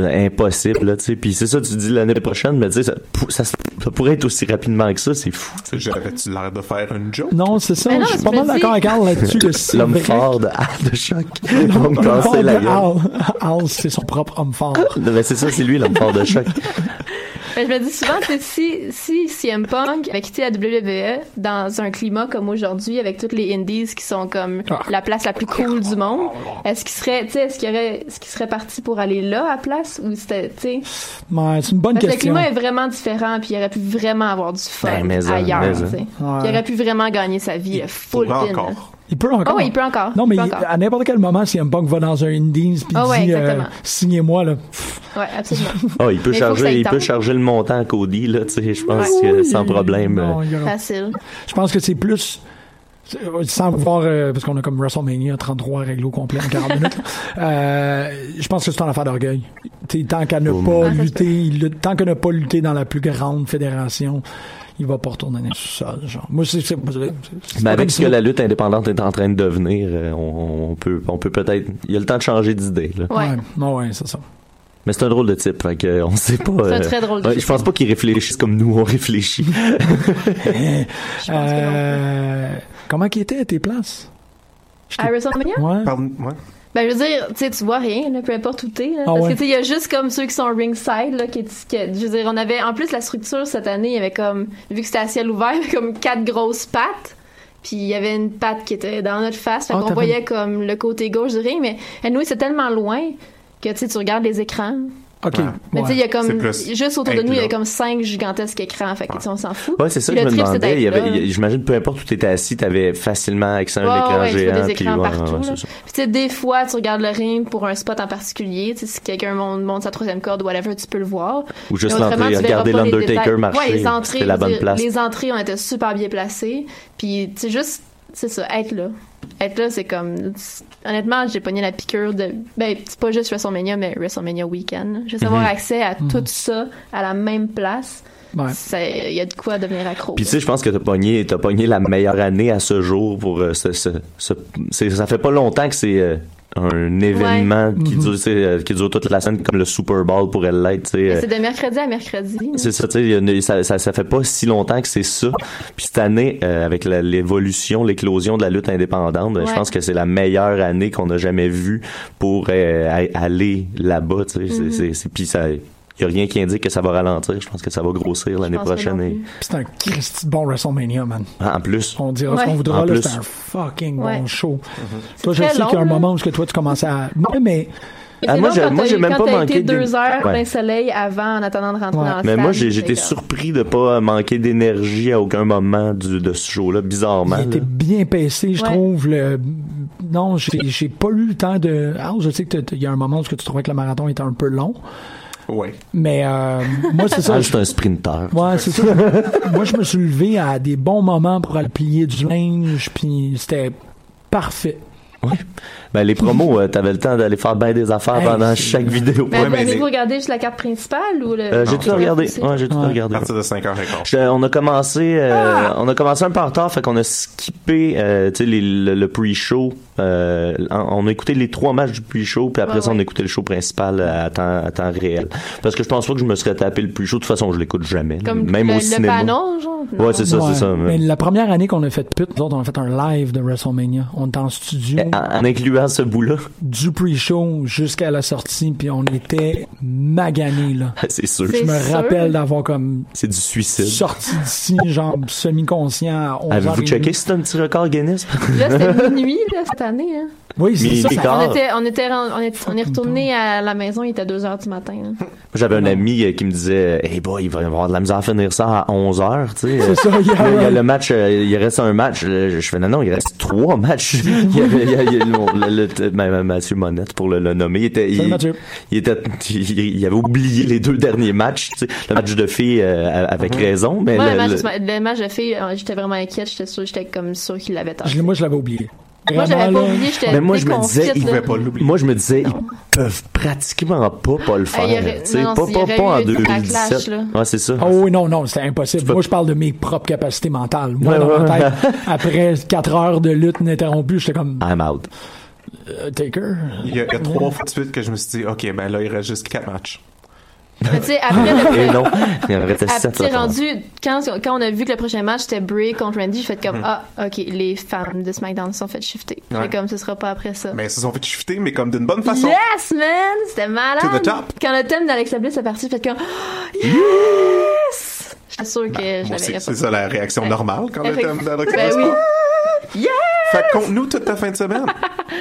impossible, là, tu sais. Puis c'est ça, tu dis l'année prochaine, mais tu sais, ça, pou- ça se- ça pourrait être aussi rapidement que ça, c'est fou.
J'aurais-tu l'air de faire une joke?
Non, c'est ça.
Mais non,
je suis
je
pas
me
mal
dis-
d'accord avec Al là-dessus. que c'est
L'homme
vrai.
fort de, de choc.
L'homme-
va me
l'homme
casser
fort
la
de
gueule.
Al. Al, c'est son propre homme fort.
Ah.
Non, mais c'est ça, c'est lui, l'homme fort de choc.
Ben, je me dis souvent, c'est si, si CM Punk avait quitté la WWE E dans un climat comme aujourd'hui, avec toutes les indies qui sont comme
Ah.
la place la plus cool du monde, est-ce qu'il serait, tu sais, est-ce qu'il y aurait, est-ce qu'il serait parti pour aller là à place ou c'était, tu sais,
Ouais, c'est une bonne
parce Ben, que le
question.
climat est vraiment différent, puis il aurait pu vraiment avoir du fun
Ben, mais ça,
ailleurs,
mais
tu
ça.
sais.
Ouais.
Il aurait pu vraiment gagner sa vie, le full
pourrait
pin.
encore. Il peut encore.
Ah oui, il peut encore.
Non, mais
Il peut
il-
encore.
à n'importe quel moment, si un punk va dans un Indies puis
Ah ouais,
dit euh,
exactement.
signez-moi là.
Ouais, absolument.
Ah, il
Mais faut
peut
que ça
charger,
y
il peut
tente.
charger le montant à Cody, là, tu sais, je pense
Ouais.
que sans problème.
Non,
euh,
il y aura-
Facile.
Je pense que c'est plus c'est- euh, sans voir euh, parce qu'on a comme WrestleMania 33 règles au complet en 40 minutes. euh, je pense que c'est une affaire d'orgueil. T'sais, tant qu'à ne pas
Ah, ça se
lutter, il lutte- tant qu'à ne pas lutter dans la plus grande fédération, il va pas retourner dans le sous-sol, genre. Moi c'est c'est- c'est- c'est
Mais
pas comme
avec ce
si-
que la lutte indépendante est en train de devenir, euh, on, on peut on peut peut-être il y a le temps de changer d'idée là.
Ouais. Non, ouais, c'est ça.
Mais c'est un drôle de type, fait que euh, on sait pas.
C'est un très drôle de
ouais,
type.
Je pense pas qu'il réfléchisse comme nous on réfléchit.
Euh, comment qui était à tes places
À WrestleMania?
Ouais.
Ben, je veux dire, tu sais, tu vois rien, là, peu importe où t'es. là.
Ah
parce
ouais.
que, tu sais, il y a juste comme ceux qui sont ringside, là, qui, qui- je veux dire, on avait, en plus, la structure cette année, il y avait comme, vu que c'était à ciel ouvert, il y avait comme quatre grosses pattes. Puis il y avait une patte qui était dans notre face. Fait
Ah,
qu'on
t'avais-
voyait comme le côté gauche du ring, mais, nous, c'est tellement loin que, tu sais, tu regardes les écrans.
Ok.
Mais tu sais, il y a comme,
C'est plus
juste autour de
être
nous, il y a
là.
comme cinq gigantesques écrans. Fait que, tu sais, on s'en fout.
Ouais, c'est ça
Puis
que je
le
me
trip, c'est
demandais. Il y
d'être
avait,
là.
il y- J'imagine peu importe où t'étais assis, t'avais facilement accès à un
Ouais,
écran
ouais, tu vois
géant.
des
puis,
écrans
ouais,
partout.
ouais,
là.
c'est ça.
Puis, tu sais, des fois, tu regardes le ring pour un spot en particulier. Tu sais, si quelqu'un monte, monte sa troisième corde, whatever, tu peux le voir.
Ou juste
Mais autrement, tu
l'entrée,
verras
regarder
pas les
l'Undertaker
détails.
marcher,
Ouais, les entrées,
c'était la
je veux
bonne place.
Les entrées ont été super bien placées. Puis, tu sais, juste, c'est ça, être là. Être là, c'est comme. c'est- Honnêtement, j'ai pogné la piqûre de. Ben, c'est pas juste WrestleMania, mais WrestleMania Weekend. Juste avoir
Mhm.
accès à tout ça à la même place.
Ouais.
c'est- Il y a de quoi devenir accro.
Puis tu sais, je pense que t'as pogné, t'as pogné la meilleure année à ce jour pour euh, ce, ce, ce- c'est- ça fait pas longtemps que c'est euh, un événement qui dure, tu sais, euh, qui dure toute la semaine comme le Super Bowl pour elle l'être. tu sais, euh,
C'est de mercredi à mercredi.
C'est ça, tu sais, il y en a- ça, ça, ça fait pas si longtemps que c'est ça. Puis cette année, euh, avec la- l'évolution, l'éclosion de la lutte indépendante, euh, je
Ouais.
pense que c'est la meilleure année qu'on a jamais vue pour euh, a- aller là-bas, tu sais. C'est-
Mhm.
c'est- c'est- Puis ça, y a rien qui indique que ça va ralentir. Je pense que ça va grossir l'année
pense que
prochaine.
non
Et...
plus. Puis C'est un Christy de bon WrestleMania, man.
Ah, En plus.
On dira ce
Ouais.
qu'on voudra,
En
là,
plus. Mhm.
c'est un fucking bon
Ouais.
show.
C'est
Toi, je
très
sais qu'il y a
long,
un
là.
moment où est-ce que toi, tu commençais à... Ouais, mais...
Ah,
C'est long quand t'as eu- quand t'as été
d'une-
deux heures
Ouais.
plein soleil avant en attendant de rentrer dans la
Mais
salle,
moi, j'ai- j'étais
c'est
surpris de pas manquer d'énergie à aucun moment du, de ce show-là, bizarrement.
Il était
là.
bien pincé, je
Ouais.
trouve. le- Non, j'ai j'ai pas eu le temps de. Ah, je sais qu'il y a un moment où est-ce que tu trouvais que le marathon était un peu long,
Ouais.
mais euh, moi, c'est ça.
Ah,
je-
juste un sprinter.
Ouais, c'est ça. Moi, je me suis levé à des bons moments pour aller plier du linge, puis c'était parfait.
Oui. Ben, les promos, euh, t'avais le temps d'aller faire bien des affaires
Hey,
pendant chaque vidéo.
Mais avez-vous regardé juste la carte principale ou le.
Euh, j'ai tout regardé. Ouais, j'ai tout regardé. Je- on a commencé, euh,
Ah!
on a commencé un peu en retard, fait qu'on a skippé, euh, tu sais, les- le, le pre-show. Euh, on a écouté les trois matchs du pre-show, puis après
Ouais,
ça, on
ouais.
a écouté le show principal euh, à temps, à temps réel. Parce que je pense pas que je me serais tapé le pre-show. De toute façon, je l'écoute jamais,
Comme
même
le,
au
le
cinéma.
panneau, genre. non.
Ouais, c'est ça, c'est ça.
Mais la première année qu'on a fait pute, nous autres, on a fait un live de WrestleMania. On était en studio.
En, en incluant ce bout-là, ben,
du pre-show jusqu'à la sortie, puis on était maganés, là.
c'est sûr.
Je me rappelle d'avoir comme
C'est du suicide.
sorti d'ici, genre semi-conscient à 11
Avez-vous
heures et
checké
demie.
si c'est un petit record Guinness?
Là, c'était minuit, là, cette année. Hein.
Oui,
Mais
c'est ça.
il est
ça-
Ah.
On, était, on, était, ren- on, est, on est retourné à la maison, il était 2 h du matin. hein. là.
J'avais un ami euh, qui me disait Hey boy, il va y avoir de la misère à finir ça à 11h, tu sais.
C'est ça,
Là,
il
il
y a-
y a le match, euh, il reste un match. Là, Je je fais non, non, il reste trois matchs. il y avait, il y a- il y a- non, le- le- le- ma- ma- Mathieu Monette, pour le, le nommer, il était,
Salut,
il,
Mathieu.
il était, il, il avait oublié les deux derniers matchs, tu sais. Le match de filles euh, avec raison, mais
Moi, le,
le-
match,
le-
de- le match de filles, euh, j'étais vraiment inquiète, j'étais sûre, j'étais comme sûre qu'il l'avait tard.
Je l'ai- moi, je l'avais oublié.
Moi, j'avais
Vraiment,
pas
là.
oublié, j'étais
mais moi je me
déconfite,
disais, ils
là.
pouvaient pas l'oublier. Moi je me disais, ils peuvent pratiquement pas
Ah,
pas le
il y
faire.
aurait-
tu sais,
non, non,
pas
s'il y
pas,
aurait
pas en
eu une backlash,
2017.
là.
Ouais, c'est ça.
Ah oui, non, non, c'était impossible. Moi, je parle de mes propres capacités mentales. Moi,
Ouais,
dans ma
ouais,
tête, après 4 heures de lutte ininterrompue, j'étais comme
I'm out.
euh, Taker.
Il y a, il y a trois fois de suite que je me suis dit, OK, ben là, il reste juste quatre matchs.
Mais tu sais, après le
Et non, il y en restait
Ah,
sept,
petit
là, quand même.
rendu, quand, quand on a vu que le prochain match c'était Bray contre Randy, j'ai fait comme Ah, ok, les femmes de SmackDown se sont faites shifter. J'ai
Mm. Ouais.
fait comme ce sera pas après ça.
Mais Ben, ils se sont fait shifter, mais comme d'une bonne façon.
Yes, man! C'était malade!
To the top.
Quand le thème d'Alexa Bliss est parti, j'ai fait comme Ah, Yes! J'étais sûre que je
Bah, Moi,
l'avais
c'est c'est ça la réaction normale quand le
Effect-
thème d'Alex
Ben
Ross-
oui. Yes!
Fait que compte-nous toute ta fin de semaine.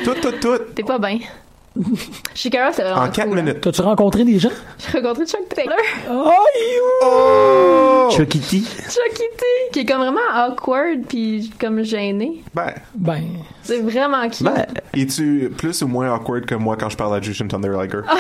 tout, tout, tout.
T'es pas bien. Shikara, c'était vraiment
En quatre
cool, hein.
minutes.
T'as-tu rencontré des gens?
J'ai rencontré Chuck Taylor.
Oh!
Chucky T.
Chuck E. T, qui est comme vraiment awkward puis comme gêné.
Ben.
Ben.
C'est vraiment cute.
Ben,
Es-tu plus ou moins awkward que moi quand je parle à Justin Thunderliger?
Ah.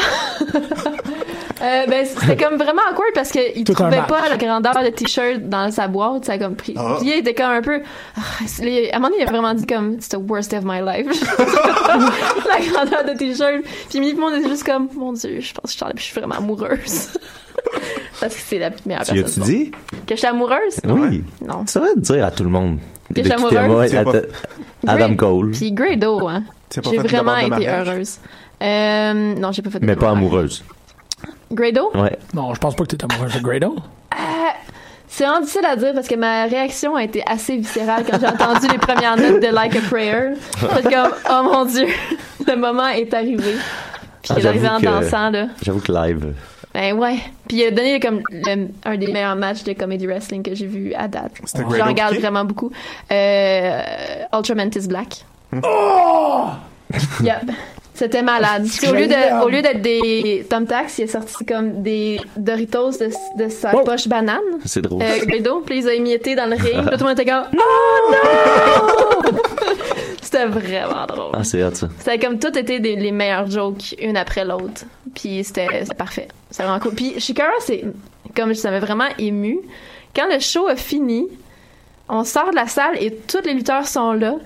Euh, ben, c'était comme vraiment awkward parce qu'il
Tout un
trouvait
match.
pas la grandeur de t-shirt dans sa boîte, ça a comme pris.
Ah.
Puis il était comme un peu. Ah, c'est- les- à un moment donné, il a vraiment dit comme It's the worst day of my life. la grandeur de t-shirt. Puis mi monde était juste comme Mon Dieu, je pense que je suis en- je suis vraiment amoureuse. parce que c'est la meilleure
Tu
personne.
l'as-tu
du monde.
dit?
Que je suis amoureuse?
Oui.
Non.
Ça va dire à tout le monde.
Que
de
je suis
quitter
amoureuse.
moi,
Tu sais
Ad-
pas.
Adam
Great.
Cole.
Puis Grado, hein.
T'as pas
J'ai
fait de
vraiment
demande de
été
mariage?
heureuse. Euh, non, j'ai pas fait de
Mais pas
demande.
amoureuse.
Grado?
Ouais.
Non, je pense pas que t'es amoureux de Grado.
C'est vraiment difficile à dire parce que ma réaction a été assez viscérale quand j'ai entendu les premières notes de Like a Prayer. J'étais comme, oh mon dieu, le moment est arrivé. Puis
Ah,
il est arrivé
j'avoue
en
que-
dansant, là.
J'avoue que live.
Ben ouais. Puis il a donné comme le- un des meilleurs matchs de comedy wrestling que j'ai vu à date.
C'était
J'en
Grado
regarde
qui?
vraiment beaucoup. Euh, Ultra Mantis Black.
Oh!
Yep. C'était malade. Tu sais, au lieu
Génial.
de, au lieu d'être des Tom Tax, il a sorti comme des Doritos de, de sa poche banane.
C'est drôle.
Euh, Guido, puis il les a émiettés dans le ring. Puis tout le monde était comme Oh non! C'était vraiment drôle.
Ah, c'est hot, ça.
C'était comme tout était des, les meilleures jokes, une après l'autre. Puis c'était c'était parfait. C'était vraiment cool. Puis Shikara, c'est comme ça m'a vraiment ému. Quand le show a fini, on sort de la salle et tous les lutteurs sont là.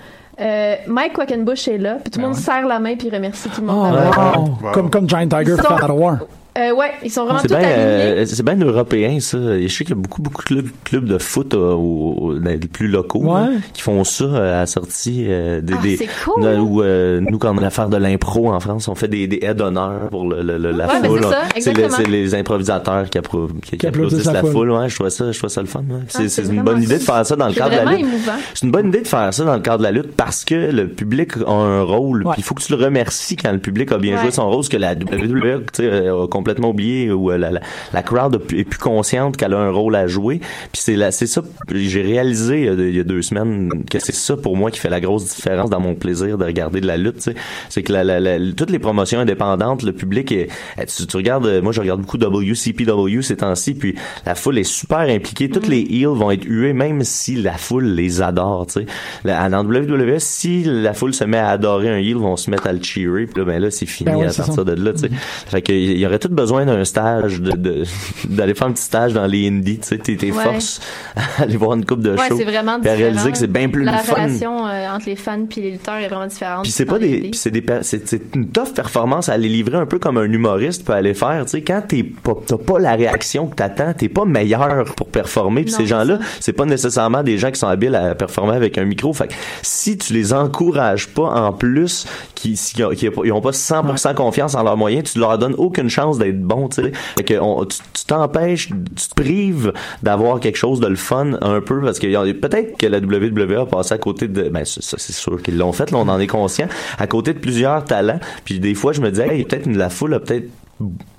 Euh, Mike Quackenbush est là, puis
Ben
tout le monde serre la main puis remercie tout le monde.
Ah, wow.
Wow.
Comme, comme Giant Tiger
Oh, Ils
fait
sont-
à War.
Euh, ouais, ils sont vraiment
Oh, C'est
tous
bien,
alignés.
euh, c'est bien européen, ça. Je sais qu'il y a beaucoup, beaucoup de clubs, clubs de foot euh, au- au- dans les plus locaux là, qui font ça euh, à la sortie euh, des.
Ah,
des-
c'est cool.
dans- où, euh, nous, quand on a affaire de l'impro en France, on fait des, des aides d'honneur pour le, le- le- la
Ouais, ben,
foule.
c'est ça,
hein. le-
exactement.
c'est les improvisateurs qui, appro- qui- qui applaudissent la, foule. ouais. je, trouve ça, je trouve ça le fun. ouais.
Ah,
C'est c'est une bonne idée de faire ça dans le
C'est
cadre de la
vraiment
lutte.
émouvant.
C'est une bonne idée de faire ça dans le cadre de la lutte parce que le public a un rôle. Puis il faut que tu le remercies quand le public a bien
Ouais.
joué son rôle, ce que la WWE tu sais, euh, a complètement oublié ou euh, la, la, la crowd a pu- est plus consciente qu'elle a un rôle à jouer. Puis c'est la- c'est ça. J'ai réalisé il y a deux- il y a deux semaines que c'est ça pour moi qui fait la grosse différence dans mon plaisir de regarder de la lutte. tu sais. C'est que la- la- la- toutes les promotions indépendantes, le public est. eh, Tu, tu regardes, euh, moi je regarde beaucoup WCPW ces temps-ci, puis la foule est super impliquée. Toutes les heels vont être huées, même si la foule les adore. tu sais. La- À la WWE, si la foule se met à adorer un heel, vont se mettre à le cheerer. Puis là, ben là, c'est fini
Ben ouais,
à
c'est
partir
ça.
Mm-hmm.
de là. tu sais. Fait que il y aurait tout besoin d'un stage, de- de- d'aller faire un petit stage dans les indies, tu sais, tes, tes
Ouais.
forces à aller voir une coupe de
ouais,
show.
c'est vraiment
puis à
différent.
réaliser que c'est bien plus
La
le fun.
relation euh, entre les fans puis les lutteurs est vraiment différente.
Puis c'est pas des, puis c'est des, per- c'est c'est une tough performance à aller livrer un peu comme un humoriste peut aller faire. Tu sais, quand t'es pas, t'as pas la réaction que t'attends, t'es pas meilleur pour performer. Puis
Non,
ces
c'est
gens-là, c'est pas nécessairement des gens qui sont habiles à performer avec un micro. Fait que si tu les encourages pas en plus, qui, si- qui ont- qui ont pas- ils ont pas 100% confiance en leurs moyens, tu leur donnes aucune chance d'être bon. Tu sais, Fait que on- tu tu t'empêches, tu te prives d'avoir quelque chose de le fun un peu parce que y a- peut-être que la WWE a passé à côté de, ben ça ça, c'est sûr qu'ils l'ont fait, là, on en est conscient, à côté de plusieurs talents. Puis des fois, je me disais, hey, peut-être la foule a peut-être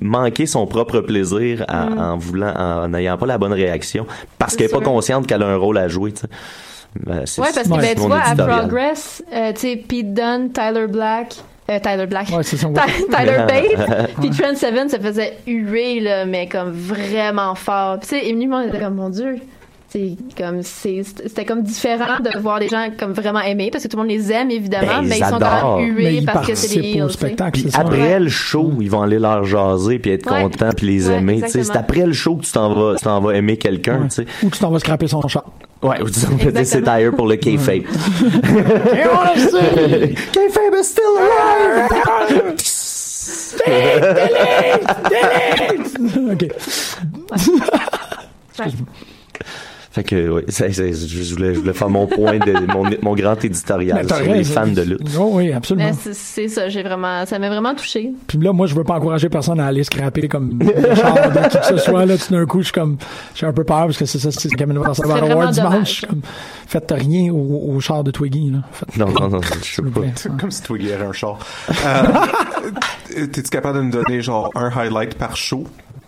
manqué son propre plaisir à- en voulant, en n'ayant pas la bonne réaction parce
C'est
qu'elle est pas
sûr.
consciente qu'elle a un rôle à jouer. tu sais. Ben, c'est-
Ouais, parce que
c'est
ben, tu
mon
vois, à
éditorial.
Progress, euh, tu sais, Pete Dunne, Tyler Black, euh, Tyler Black,
son-
Ty- Tyler Bates, puis
Ouais.
Trent Seven se faisait huer, là, mais comme vraiment fort. Puis tu sais, Emily Moore était comme, mon Dieu. C'est comme c'est- c'était comme différent de voir les gens comme vraiment aimés parce que tout le monde les aime évidemment
Ben,
mais ils sont quand
adorent.
même hués parce que c'est des heels, tu sais.
Puis après le show, ils vont aller leur jaser puis être
Ouais.
contents puis les
Ouais,
aimer. tu sais. C'est
exactement.
après le show que tu t'en vas, tu t'en vas aimer quelqu'un. tu sais.
Ou tu t'en vas scraper son char.
Ouais, ou disons peut-être c'est tire pour le K-Fape. K-Fape is still alive!
OK.
Fait que, oui, c'est- c'est- je, voulais, je voulais faire mon point, de, mon, mon grand éditorial
Mais t'as
sur les
raison.
fans de lutte.
Oh oui, absolument.
Mais c'est- c'est ça, j'ai vraiment ça m'a vraiment touché.
Puis là, moi, je veux pas encourager personne à aller scraper comme le char de qui que ce soit. Là, tout d'un coup, je suis comme, j'ai un peu peur parce que c'est ça, c'est ce qui amène vers
C'est
Survivor
vraiment
Award dimanche.
dommage.
Je suis comme, faites rien au, au char de Twiggy, là. Faites-
Non, non, non, je sais pas.
Comme si Twiggy avait un char. Euh, T'es-tu capable de me donner genre un highlight par show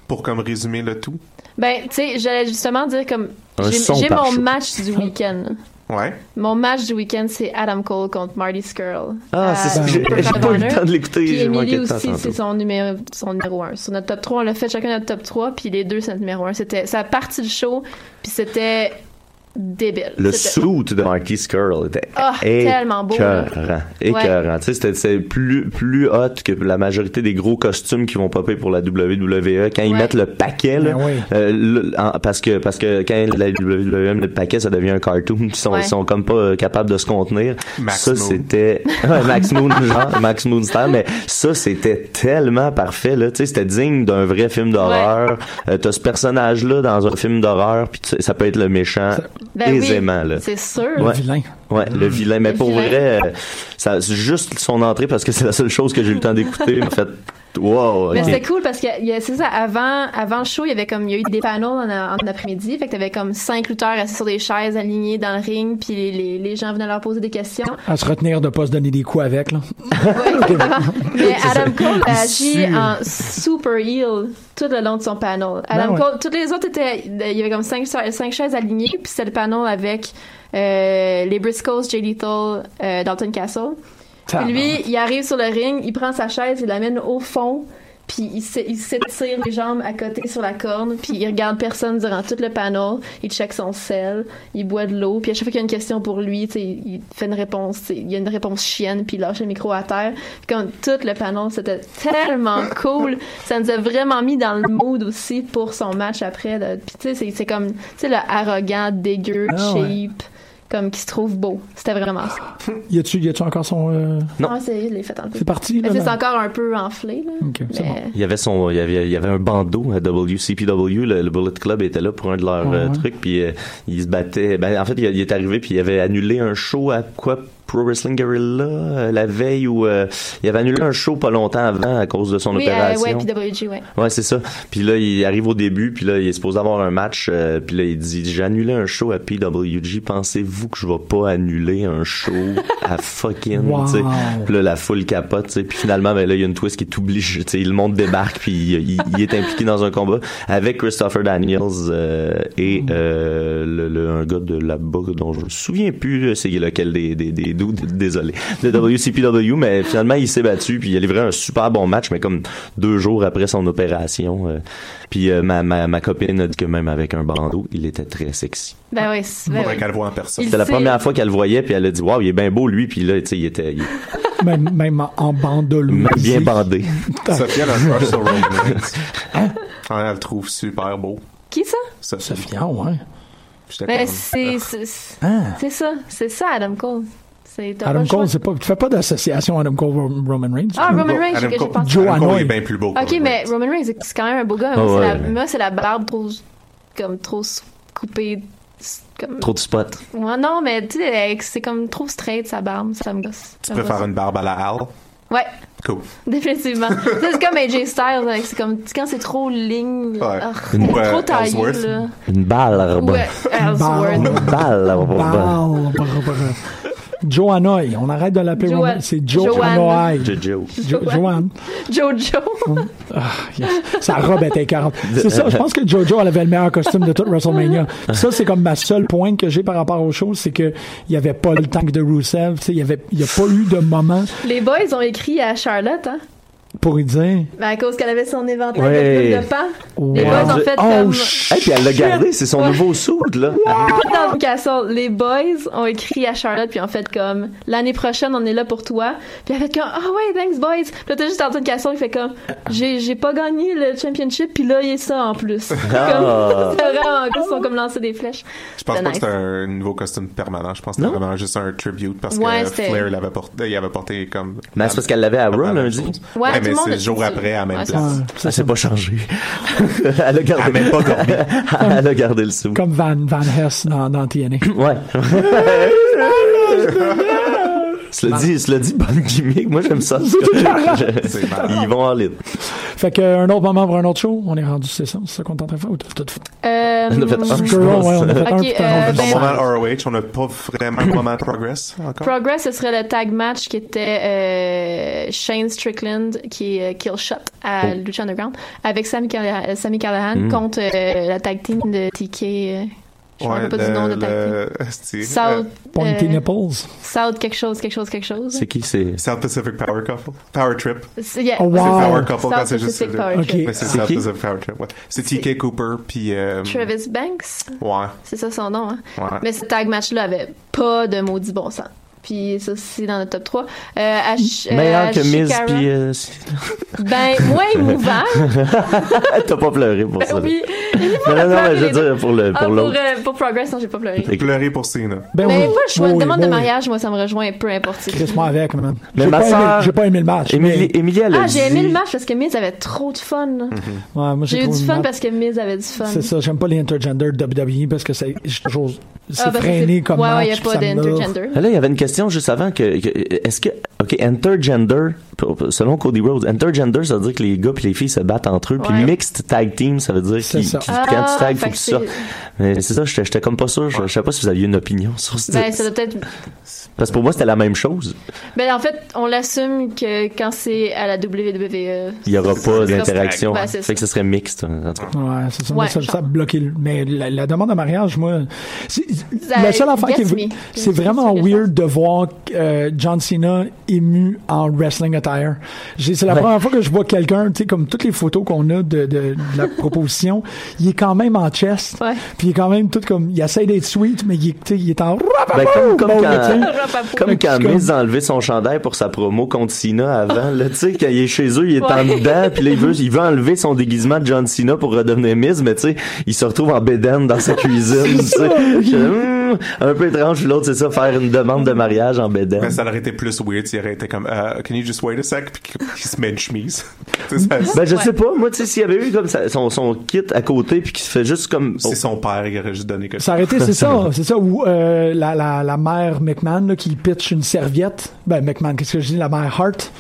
pour comme résumer le tout?
Ben, tu sais, j'allais justement dire comme
Un
j'ai
son
j'ai
par
mon
show.
match du week-end.
Ouais.
Mon match du week-end, c'est Adam Cole contre Marty Skrull. Euh,
Ah, c'est ça, j'ai- j'ai pas eu le temps de l'écouter,
Puis
j'ai manqué
Emily
de temps
aussi,
tantôt.
c'est son numéro, son numéro 1. Sur notre top 3, on l'a fait chacun notre top 3, puis les deux, c'est notre numéro 1. C'était, ça a parti le show, puis c'était débile.
Le
C'était-
suit de Marty Skrull était
Ah, tellement beau, là.
écœurant. écœurant. Tu sais, c'était- c'est plus, plus hot que la majorité des gros costumes qui vont popper pour la WWE. Quand ils mettent le paquet, là,
Ben oui.
euh, le- en- parce, que, parce que quand la WWE met le paquet, ça devient un cartoon. Ils sont,
Ouais.
ils sont comme pas euh, capables de se contenir.
Max
ça,
Moon.
c'était... Ouais, Max Moon, genre, Max Moon style. Mais ça, c'était tellement parfait. Là. Tu sais, C'était digne d'un vrai film d'horreur. Euh, T'as ce personnage-là dans un film d'horreur, puis tu- ça peut être le méchant
Ben oui,
aisément. là.
C'est sûr.
Ouais. Ouais, le vilain. Mais pour vrai, euh, ça, c'est juste son entrée, parce que c'est la seule chose que j'ai eu le temps d'écouter, en fait, wow.
Mais
ok.
c'était cool parce que il y a- c'est ça avant avant le show il y avait comme il y a eu des panels en, en après-midi fait que t'avais comme cinq lutteurs assis sur des chaises alignés dans le ring puis les, les, les gens venaient leur poser des questions
À se retenir de pas se donner des coups avec, là.
Mais Adam Cole a
Il
agi
sue.
en super heel tout le long de son panel. Adam
ouais.
Cole, toutes les autres étaient, il y avait comme cinq, cinq chaises alignées, puis c'était le panel avec euh, les Briscoes, Jay Lethal, euh, Dalton Castle.
Ça
Puis lui, il arrive sur le ring, il prend sa chaise, il l'amène au fond, puis il s'é- il s'étire les jambes à côté sur la corne, puis il regarde personne durant tout le panel, il check son sel, il boit de l'eau, puis à chaque fois qu'il y a une question pour lui, tu sais, il fait une réponse, tu sais, il y a une réponse chienne, puis il lâche le micro à terre. Puis Comme tout le panel, c'était tellement cool, ça nous a vraiment mis dans le mood aussi pour son match après. là. Puis tu sais, c'est- c'est comme, tu sais, le arrogant, dégueu,
Ah ouais.
cheap, comme qui se trouve beau. C'était vraiment ça.
Y a-tu, y a-tu encore son, euh,
Ah, c'est, je l'ai fait enlever.
C'est parti, là,
Mais C'est
là.
encore un peu enflé, là. mais...
Il y avait son, il y avait, il y avait un bandeau à WCPW, le, le Bullet Club était là pour un de leurs
Ouais,
euh,
ouais.
trucs, puis euh, il se battait. Ben, en fait, il, il est arrivé puis il avait annulé un show à quoi Pro Wrestling Guerrilla euh, la veille où euh, il avait annulé un show pas longtemps avant à cause de son
oui, euh,
opération.
ouais, PWG, ouais.
Ouais, c'est ça. Puis là, il arrive au début, puis là, il est supposé avoir un match, euh, puis là, il dit J'ai annulé un show à PWG, pensez-vous que je vais pas annuler un show à fucking.
Wow.
tu sais? Puis là, la foule capote, tu sais. Puis finalement, ben là, il y a une twist qui est oblige, tu sais. Le monde débarque, puis il, il- il est impliqué dans un combat avec Christopher Daniels euh, et euh, le, le- un gars de là-bas dont je me souviens plus, euh, c'est lequel des, des, des dudes, désolé, de WCPW, mais finalement, il s'est battu, puis il a livré un super bon match, mais comme deux jours après son opération. euh. puis euh, ma, ma, ma copine a dit que même avec un bandeau, il était très sexy.
Ben oui, c'est- ben oui.
qu'elle voit en personne.
C'était la première fois qu'elle le voyait, puis elle a dit Waouh, il est bien beau, lui. Puis là, tu sais, il était. il-
Même, même en- en bandole.
Même bien bandé.
Sophia a un crush sur Roman Reigns. Ouais, elle le trouve super beau.
Qui ça?
Sophia,
ouais.
Mais c'est c'est- c'est-
Ah.
c'est ça, c'est ça Adam Cole. C'est t'as pas
Adam
le choix.
Cole, c'est pas, tu fais pas d'association Adam Cole Ro- Roman Reigns.
Ah, Roman Reigns,
Adam
que j'ai
Cole-
pensé.
Joe
Adam Cole
Hanoï.
est bien plus beau. que
Ok,
Roman
mais Roman Reigns, c'est quand même un beau gars. Moi,
Ah
c'est
ouais,
la,
mais-
moi, c'est la barbe trop, comme trop s- coupée. s- Comme...
Trop de spots.
Ouais, non, mais tu sais, elle- c'est comme trop straight sa barbe, ça me gosse.
Tu préfères une barbe à la Al?
Ouais,
Cool.
définitivement. Tu sais, c'est comme AJ Styles, hein, c'est comme quand c'est trop ligne,
Ouais.
ah,
Une-
trop
Ouais,
taillé
Ellsworth.
là.
Une barbe.
Ouais, Ellsworth.
Une
Ah,
barbe.
Wow. Joe Hanoï. On arrête de l'appeler
Joan-
Roman. C'est Joe
Joanne.
Hanoï.
Jojo.
Jo- Joanne.
Jojo.
Ah, yes. Sa robe était écœurante. C'est ça, je pense que Jojo elle avait le meilleur costume de toute WrestleMania. Ça, c'est comme ma seule pointe que j'ai par rapport aux choses, c'est que il y avait pas le tank de Rusev, tu sais, il y avait, il y a pas eu de moment
Les boys ont écrit à Charlotte, hein,
pour lui dire.
Ah,
ben, à cause qu'elle avait son éventail
Ouais.
de plumes de pan. Les
Elle est
boys ont
rendue-
fait
oh,
comme...
shit. Hey, puis elle l'a gardé, c'est son nouveau soude, là.
Pas dans le castle. Les boys ont écrit à Charlotte puis ont fait comme l'année prochaine on est là pour toi. Puis elle a fait comme ah ouais thanks boys. Puis là t'as juste entendu Castle qui fait comme j'ai j'ai pas gagné le championship puis là il y a ça en plus. Comme,
Ah.
c'est vraiment cool, ils sont comme lancer des flèches.
Je pense
C'était
pas
nice.
que c'était un nouveau costume permanent. Je pense que c'était vraiment juste un tribute parce
Ouais,
que
c'était-
Flair l'avait porté, il avait porté comme.
Mais c'est parce qu'elle l'avait à Raw lundi.
Ouais, tout
mais
le monde
c'est
a
le
dit
jour
ça.
après à la même
Ouais, c'est
place.
ça.
Ça s'est pas changé. elle a gardé. Elle
même pas dormi.
elle a gardé le soude.
Comme Van, Van Hess dans, dans TNA.
Ouais. Cela dit, cela dit, bonne gimmick. Moi, j'aime ça.
C'est marrant.
C'est marrant.
Ils vont en ligne.
Fait que, euh, un autre moment pour un autre show, on est rendu, c'est ça, c'est ça qu'on est en train de faire. Ou t'as- t'as- t'as-
Euh,
On a fait un, je
Girl,
pense.
ouais, on a fait un,
Ok,
putain,
euh,
on a fait
Dans
ben-
un.
le moment ROH, on n'a pas vraiment de moment de progress encore.
Progress ce serait le tag match qui était euh, Shane Strickland qui est euh, kill shot à
Oh.
Lucha Underground avec Sammy Callahan, Sammy Callahan
Mm.
contre euh, la tag team de TK. euh, je me rappelle pas du nom de tag team.
le, c'est- euh,
South,
Pointy
euh,
nipples.
South quelque chose, quelque chose, quelque chose.
C'est qui, c'est.
South Pacific Power Couple. Power Trip.
C'est- yeah.
Oh, wow.
C'est Power
South
Couple quand c'est juste.
Pacific Power
Trip.
Mais c'est
C'est
South
qui?
Pacific Power Trip. ouais. C'est TK Cooper, puis. euh,
Travis Banks,
Ouais.
c'est ça son nom. Hein?
Ouais.
Mais ce tag match-là avait pas de maudit bon sens. Puis ça, c'est dans le top 3. Euh, à Ch- euh,
Meilleur
à
que Miz,
Shikara-
puis. euh, c'est-
Ben, moins émouvant.
T'as pas pleuré pour ça. là.
Ben oui.
Non, non, non,
pleurer
mais je veux
les deux.
dire, pour le-
Ah,
pour
pour,
l'autre.
euh, pour Progress, non, j'ai pas pleuré.
Et-
Pleurer pour Cena.
Ben
Mais
oui,
moi, je vois
oui,
une demande
oui,
de
oui.
mariage, moi, ça me rejoint, peu importe. c'est qui.
Chris-moi avec, man.
Mais
J'ai
ma
pas aimé-
sœur-
J'ai pas aimé le match.
Émilie, Émilie, elle a
Ah, j'ai aimé
dit-
le match parce que Miz avait trop de fun. là.
mais- ouais, moi,
J'ai eu
trouvé
du
le
fun
match-
parce que Miz avait du fun. Ah,
C'est ça, j'aime pas les intergender de WWE parce que c'est j'ai toujours c'est
Ah, parce que
freiné
c'est-
comme
Ouais,
match.
ouais, y a
puis
pas
ça me meurt.
d'intergender.
Là, il y avait une question juste avant que, que- est-ce que OK, intergender pour- pour- selon Cody Rhodes, intergender ça veut dire que les gars puis les filles se battent entre eux, puis
Ouais.
mixed tag team ça veut dire
C'est
qu'ils-
ça.
qu'ils-
Ah,
quand tu tags
fait
faut
que
que tu sortes.
c'est-
Mais c'est ça, j'étais j'étais comme pas sûr, je, je sais pas si vous aviez une opinion sur ça.
Ben, ça doit être
Parce que pour moi c'était la même chose.
Ben, en fait, on l'assume que quand c'est à la WWE.
Il y aura pas d'interaction.
Ben, c'est
fait que ce serait mixte en tout cas.
Ouais, c'est ça. moi,
Ouais,
ça,
je-
ça a bloqué le- Mais la, la demande en mariage, moi, c'est-
Ça
la seule affaire qui
gets
est,
me.
c'est
C'est
vraiment
sûr que je
weird de voir euh, John Cena ému en wrestling attire. J'ai- C'est la
Ouais.
première fois que je vois quelqu'un, tu sais, comme toutes les photos qu'on a de, de, de la proposition, il est quand même en chest,
Ouais.
puis il est quand même tout comme, il essaie d'être sweet, mais il, est- tu sais, il est en
Ben, comme, comme
Bon,
quand,
là,
comme
Fait que
quand
tu
Miz a enlevé son chandail pour sa promo contre Cena avant, là, tu sais, quand il est chez eux, il est en dedans, puis là, il veut, il veut enlever son déguisement de John Cena pour redevenir Miz, mais tu sais, il se retrouve en bédaine dans sa cuisine, tu sais. Je- hmm, un peu étrange, puis l'autre, c'est ça, faire une demande de mariage en
Mais
bédaine.
Ben, ça aurait été plus weird s'il aurait été comme euh, Can you just wait a sec? Puis qu'il se met une chemise. Tu sais, ça-
Ben, je sais pas, moi, tu sais, s'il y avait eu comme ça, son, son kit à côté, puis qu'il se fait juste comme...
C'est son père, il aurait juste donné que
Ça aurait été, c'est ça, c'est ça où euh, la, la, la mère McMahon là, qui pitch une serviette. Ben McMahon, qu'est-ce que je dis, la mère Hart.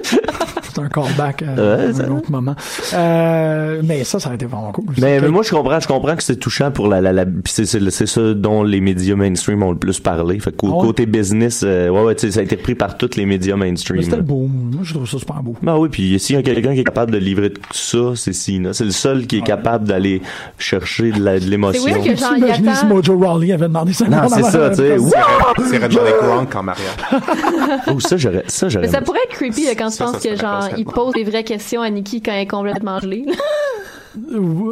c'est un callback à
Ouais, ça
un autre moment. Euh, mais ça, ça aurait été vraiment cool.
Mais,
Ça,
mais Ben, moi je comprends, je comprends que c'est touchant pour la la, la puis c'est c'est c'est ce dont les médias mainstream ont le plus parlé. Fait que
Ah ouais?
côté business, euh, ouais ouais, tu sais, ça a été pris par tous les médias mainstream.
C'était
là.
beau. Moi, je trouve ça super beau.
Ben oui, puis s'il y a quelqu'un qui est capable de livrer tout ça, c'est Cena. C'est le seul qui est capable d'aller chercher de la- de l'émotion.
C'est weird que- genre, il
Imaginez si
attend-
Mojo Rawley avait demandé ça.
Non, c'est ça, tu sais.
C'est Red Money Gronk en mariage.
Ouh, ça j'aurais ça j'aurais.
Mais ça pourrait être creepy là, quand tu
Ça, ça
penses que
serait
genre
pas
il pose des vraies questions à Nikki quand elle est complètement gelée.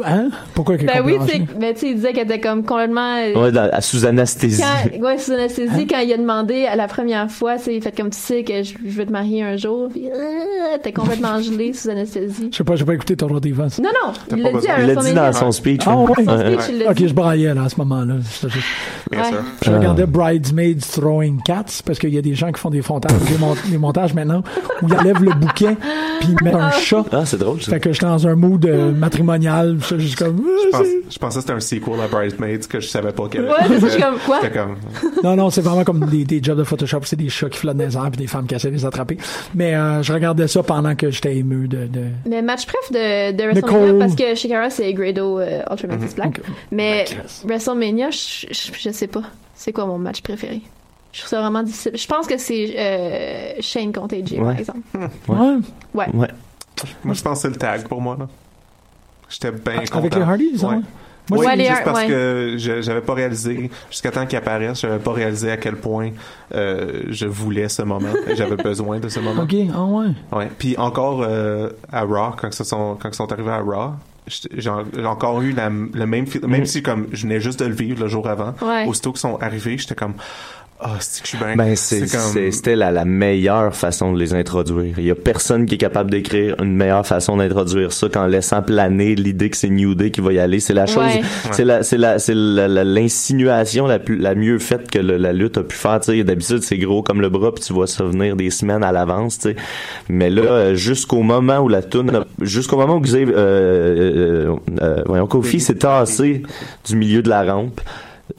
Hein? Pourquoi qu'elle est
Ben oui, tu sais,
complètement
ben, tu sais, il disait qu'elle était comme complètement. euh,
Ouais, dans- à- sous anesthésie.
Quand, ouais, sous
Hein?
anesthésie, quand il a demandé à la première fois, tu sais, il fait comme tu sais que je, je veux te marier un jour, puis euh, t'es complètement gelé sous anesthésie.
Je sais pas, j'ai pas écouté ton rendez-vous.
Non, non, il l'a dit à
Il l'a
Russell
dit
Media.
dans son speech.
Ah,
hein.
ouais.
Ouais.
speech, il l'a
Ok,
dit.
je braillais là, à ce moment-là. C'était juste-
Bien sûr.
Je regardais Bridesmaids Throwing Cats parce qu'il y a des gens qui font des, fontages, des, mon- des montages maintenant où ils enlèvent le bouquet puis ils mettent un chat.
Ah, c'est drôle, ça.
Fait que j'étais dans un mood euh, matrimonial. Je suis juste comme.
Je,
euh,
pense- je pensais que c'était un sequel à Bridesmaids que je savais pas qu'elle
Ouais, c'est ça, je suis
J'étais-
comme, quoi?
j'étais comme,
Non, non, c'est vraiment comme des, des jobs de Photoshop. C'est des chats qui flottent dans les airs puis des femmes qui essaient de les attraper. Mais euh, je regardais ça pendant que j'étais ému de. de...
Mais match préf de, de
Nicole.
WrestleMania parce que Shikara c'est Grado euh, Ultra Magnus
Mhm.
Black.
Ok.
Mais WrestleMania, je, je, je sais pas. C'est quoi mon match préféré? Je trouve ça vraiment difficile. Je pense que c'est euh, Shane contre AJ, par
Ouais.
exemple.
Ouais.
Ouais.
Ouais.
Moi, je pense que c'est le tag pour moi. là. J'étais bien content.
Ah, Avec les Hardys, hein? Moi,
oui, juste
c'est- Ouais, les-
parce
ouais.
que je- j'avais pas réalisé, jusqu'à temps qu'il apparaisse, j'avais pas réalisé à quel point euh, je voulais ce moment. j'avais besoin de ce moment.
Ok, ah ouais.
Ouais. Puis encore euh, à Raw, quand ils sont, quand ils sont arrivés à Raw, j'étais- j'ai en- j'ai encore eu la, le même feel-
Mm.
même si comme je venais juste de le vivre le jour avant,
Ouais.
aussitôt qu'ils sont arrivés, j'étais comme ah, c'est que je suis bien.
Ben, c'est- c'est- c'était la, la meilleure façon de les introduire. Il y a personne qui est capable d'écrire une meilleure façon d'introduire ça qu'en laissant planer l'idée que c'est New Day qui va y aller. C'est la chose,
Ouais.
c'est la, c'est la, c'est la- la- l'insinuation la plus, la mieux faite que le- la lutte a pu faire. Tu sais, d'habitude c'est gros comme le bras puis tu vois ça venir des semaines à l'avance. Tu sais, mais là euh, jusqu'au moment où la tune, jusqu'au moment où Xav- euh, euh, euh, voyons, Kofi s'est tassé du milieu de la rampe.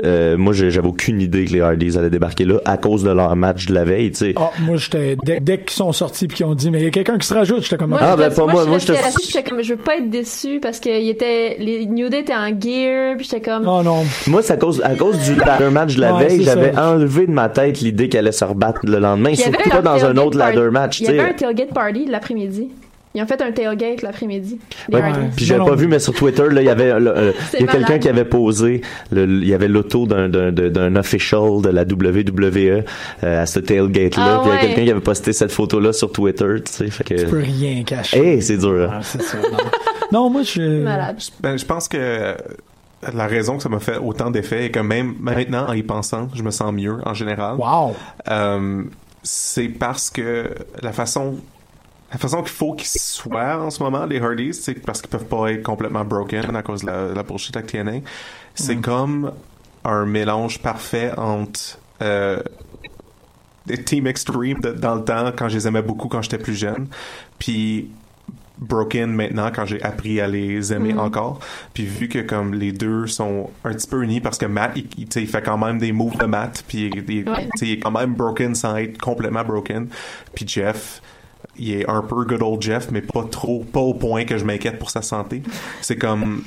Euh, moi, j'ai- j'avais aucune idée que les Hardys allaient débarquer là à cause de leur match de la veille, tu sais.
Oh.
Ah, moi, j'étais. Dès, dès qu'ils sont sortis puis qu'ils ont dit, mais il y a quelqu'un qui se rajoute, j'étais comme.
Moi,
ok.
Ah, ben,
je reste- je suis restée à la suite, j'étais comme, je veux pas être déçu parce que il était, les New Day étaient en gear, puis j'étais comme.
Non, non.
Moi, c'est à cause, à cause du ladder match de la
Ouais,
veille,
c'est ça.
j'avais enlevé de ma tête l'idée qu'elle allait se rebattre le lendemain,
Il y avait
surtout pas dans un
tailgate
autre ladder
party-
match, tu
Il y avait un
sais.
tailgate party l'après-midi. Ils ont fait un tailgate l'après-midi. les
Ouais,
Hardys.
Puis j'avais pas vu, mais sur Twitter, là, il y avait, euh, le- euh,
C'est
il y a quelqu'un
malade.
qui avait posé, le- il y avait l'auto d'un, d'un, d'un- d'un official de la WWE euh, à ce tailgate-là.
Ah
puis il y a
ouais.
quelqu'un qui avait posté cette photo-là sur Twitter, tu sais. Fait que...
Tu peux rien cacher.
Hey, c'est dur. hein.
Non, moi, je.
Ben, je pense que euh, la raison que ça m'a fait autant d'effet est que même maintenant, en y pensant, je me sens mieux en général. Euh,
Wow!
c'est parce que la façon. La façon qu'il faut qu'ils soient en ce moment, les Hardys, c'est parce qu'ils peuvent pas être complètement broken à cause de la, de la bullshit avec TNA. C'est comme un mélange parfait entre euh, des Team Extreme de- dans le temps, quand je les aimais beaucoup quand j'étais plus jeune, puis Broken maintenant quand j'ai appris à les aimer
Mhm.
encore. Puis vu que comme les deux sont un petit peu unis parce que Matt, il, il- tu sais, il fait quand même des moves de Matt, puis il, il-
Ouais.
tu sais, il est quand même broken sans être complètement broken. Puis Jeff, il est un peu good old Jeff, mais pas trop, pas au point que je m'inquiète pour sa santé. C'est comme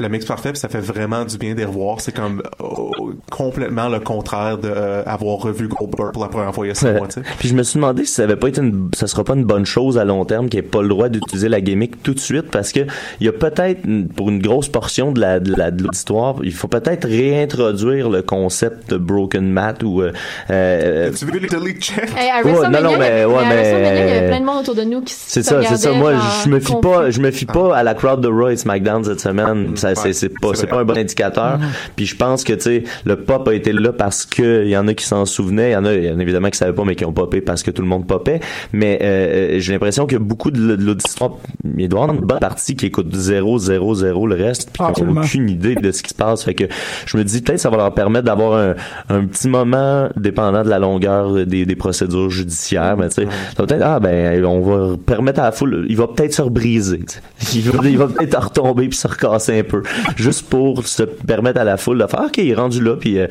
le mix parfait, puis ça fait vraiment du bien de les revoir. C'est comme oh, complètement le contraire de euh, avoir revu Goldberg pour la première fois il y a six mois. tu sais.
Puis je me suis demandé si ça avait pas été une, ça sera pas une bonne chose à long terme qu'il n'y ait pas le droit d'utiliser la gimmick tout de suite parce que il y a peut-être une- pour une grosse portion de la de la- de l'auditoire, il faut peut-être réintroduire le concept de broken mat ou euh, euh,
Tu veux les Delete Jeff?
Hey, à
Ouais,
WrestleMania,
non, non,
il y avait-
mais- ouais,
à
mais- euh,
WrestleMania, il y avait plein de monde autour de nous qui se
C'est ça, c'est ça.
regardaient,
Moi,
genre,
je me fie
confus.
pas, je me fie pas à la crowd de Raw et SmackDown cette semaine. Ça, c'est, c'est pas, c'est pas un bon indicateur. Puis je pense que, tu sais, le pop a été là parce que il y en a qui s'en souvenaient, il y en a, il y en a évidemment qui savaient pas, mais qui ont popé parce que tout le monde popait. Mais euh, euh, j'ai l'impression que beaucoup de l- de l'auditoire, il doit y avoir une bonne partie qui écoute 0, 0, 0 le reste, puis qui n'ont
Absolument.
aucune idée de ce qui se passe. Fait que je me dis peut-être ça va leur permettre d'avoir un, un petit moment dépendant de la longueur des, des procédures judiciaires. Mais tu sais, ça va peut-être ah ben on va permettre à la foule, il va peut-être se rebriser. tu sais. Il va, il va peut-être retomber puis se recasser un peu, juste pour se permettre à la foule de faire ok il est rendu là. Puis euh,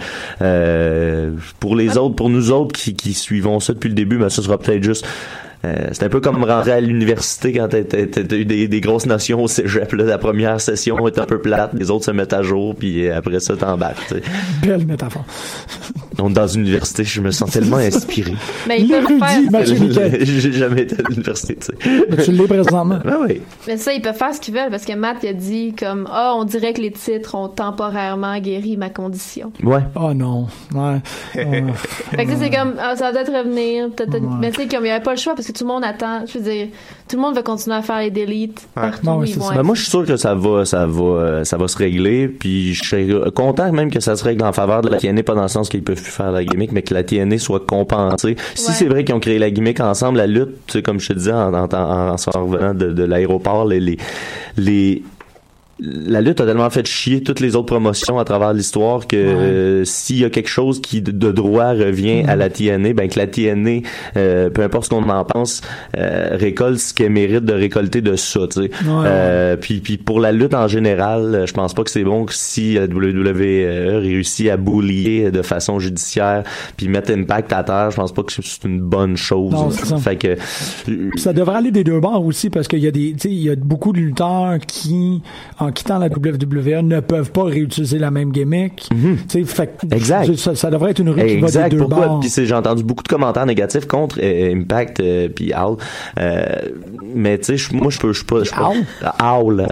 euh, pour les autres, pour nous autres qui, qui suivons ça depuis le début, mais ça sera peut-être juste euh, c'est un peu comme rentrer à l'université quand t'as- t'as t'as eu des, des grosses notions au cégep. là. La première session est un peu plate, les autres se mettent à jour, puis euh, après ça, t'embarques. tu sais.
Belle métaphore.
Donc, dans une université, je me sens tellement inspiré.
Mais ils peuvent
L'érudit,
faire.
Mathieu Niquet.
J'ai jamais été à l'université, tu sais.
Mais tu l'es présentement.
Ah oui.
Mais ça, ils peuvent faire ce qu'ils veulent parce que Matt il a dit comme Ah, on dirait que les titres ont temporairement guéri ma condition.
Ouais.
Oh non. Ouais. Euh,
Fait que ça, c'est comme Ah, ça va peut-être revenir. peut-être- Mais tu sais, comme il n'y avait pas le choix parce que tout le monde attend. Je veux dire, tout le monde va continuer à faire les délites partout. où ils vont
Ben, moi, je suis sûr que ça va, ça va, euh, ça va se régler. Puis je serais euh, content même que ça se règle en faveur de la TNA, pas dans le sens qu'ils peuvent plus faire la gimmick, mais que la TNA soit compensée. Si c'est vrai qu'ils ont créé la gimmick ensemble, la lutte, tu sais, comme je te disais en, en, en, en s'en revenant de, de l'aéroport, les, les, les la lutte a tellement fait chier toutes les autres promotions à travers l'histoire que euh, s'il y a quelque chose qui de- de droit revient à la TNA, ben que la TNA, euh, peu importe ce qu'on en pense, euh, récolte ce qu'elle mérite de récolter de ça. tu sais. Euh, puis, puis pour la lutte en général, euh, je pense pas que c'est bon que si euh, la WWE E réussit à boulier de façon judiciaire puis mettre Impact à terre, je pense pas que c'est une bonne chose.
Non, c'est ça.
fait que euh,
Puis ça devrait aller des deux bords aussi parce qu'il y a des, tu sais, il y a beaucoup de lutteurs qui, en quittant la WWE, ne peuvent pas réutiliser la même gimmick. Tu sais, fait que-
Mhm. Exact.
Ça, ça devrait être une rue qui va
Exact.
des deux
Pourquoi?
bords.
Puis c'est- j'ai entendu beaucoup de commentaires négatifs contre euh, Impact euh, puis Owl. Euh, mais tu sais, je- moi je peux, je peux, je peux. Owl, Owl. euh,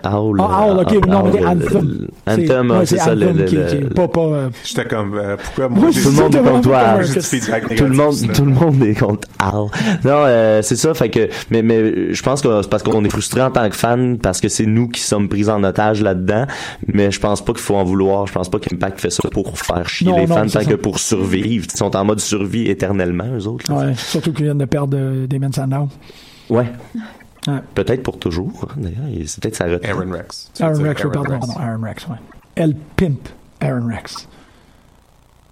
Ah, Owl, ok, non, mais c'est Anthem.
Anthem,
ouais,
ouais, c'est ça. le-
Anthem
le-
qui-
le-
qui est pas, pas, euh,
J'étais comme, euh, pourquoi
Oui,
moi, j'ai-
tout le monde est contre toi. Al.
J'ai du feedback
Tout le
négatif,
monde,
sinon.
tout le monde est contre Al. Non, euh, c'est ça. Fait que, mais, mais euh, je pense que c'est parce qu'on est frustré en tant que fan parce que c'est nous qui sommes pris en otage là-dedans. Mais je pense pas qu'il faut en vouloir. Je pense pas qu'Impact fait ça pour faire chier
Non,
les
non,
fans
c'est
tant
ça.
que pour survivre. Ils sont en mode survie éternellement, eux autres. là.
ouais, surtout qu'ils viennent de perdre euh, Damon Sandow.
Ouais.
Ouais.
Peut-être pour toujours, hein, d'ailleurs. Il- C'est peut-être sa retraite.
Aaron Rex. Tu veux
Aaron
dire
Rex, oui, pardon,
Rex.
pardon, Aaron Rex, ouais. El Pimp, Aaron Rex.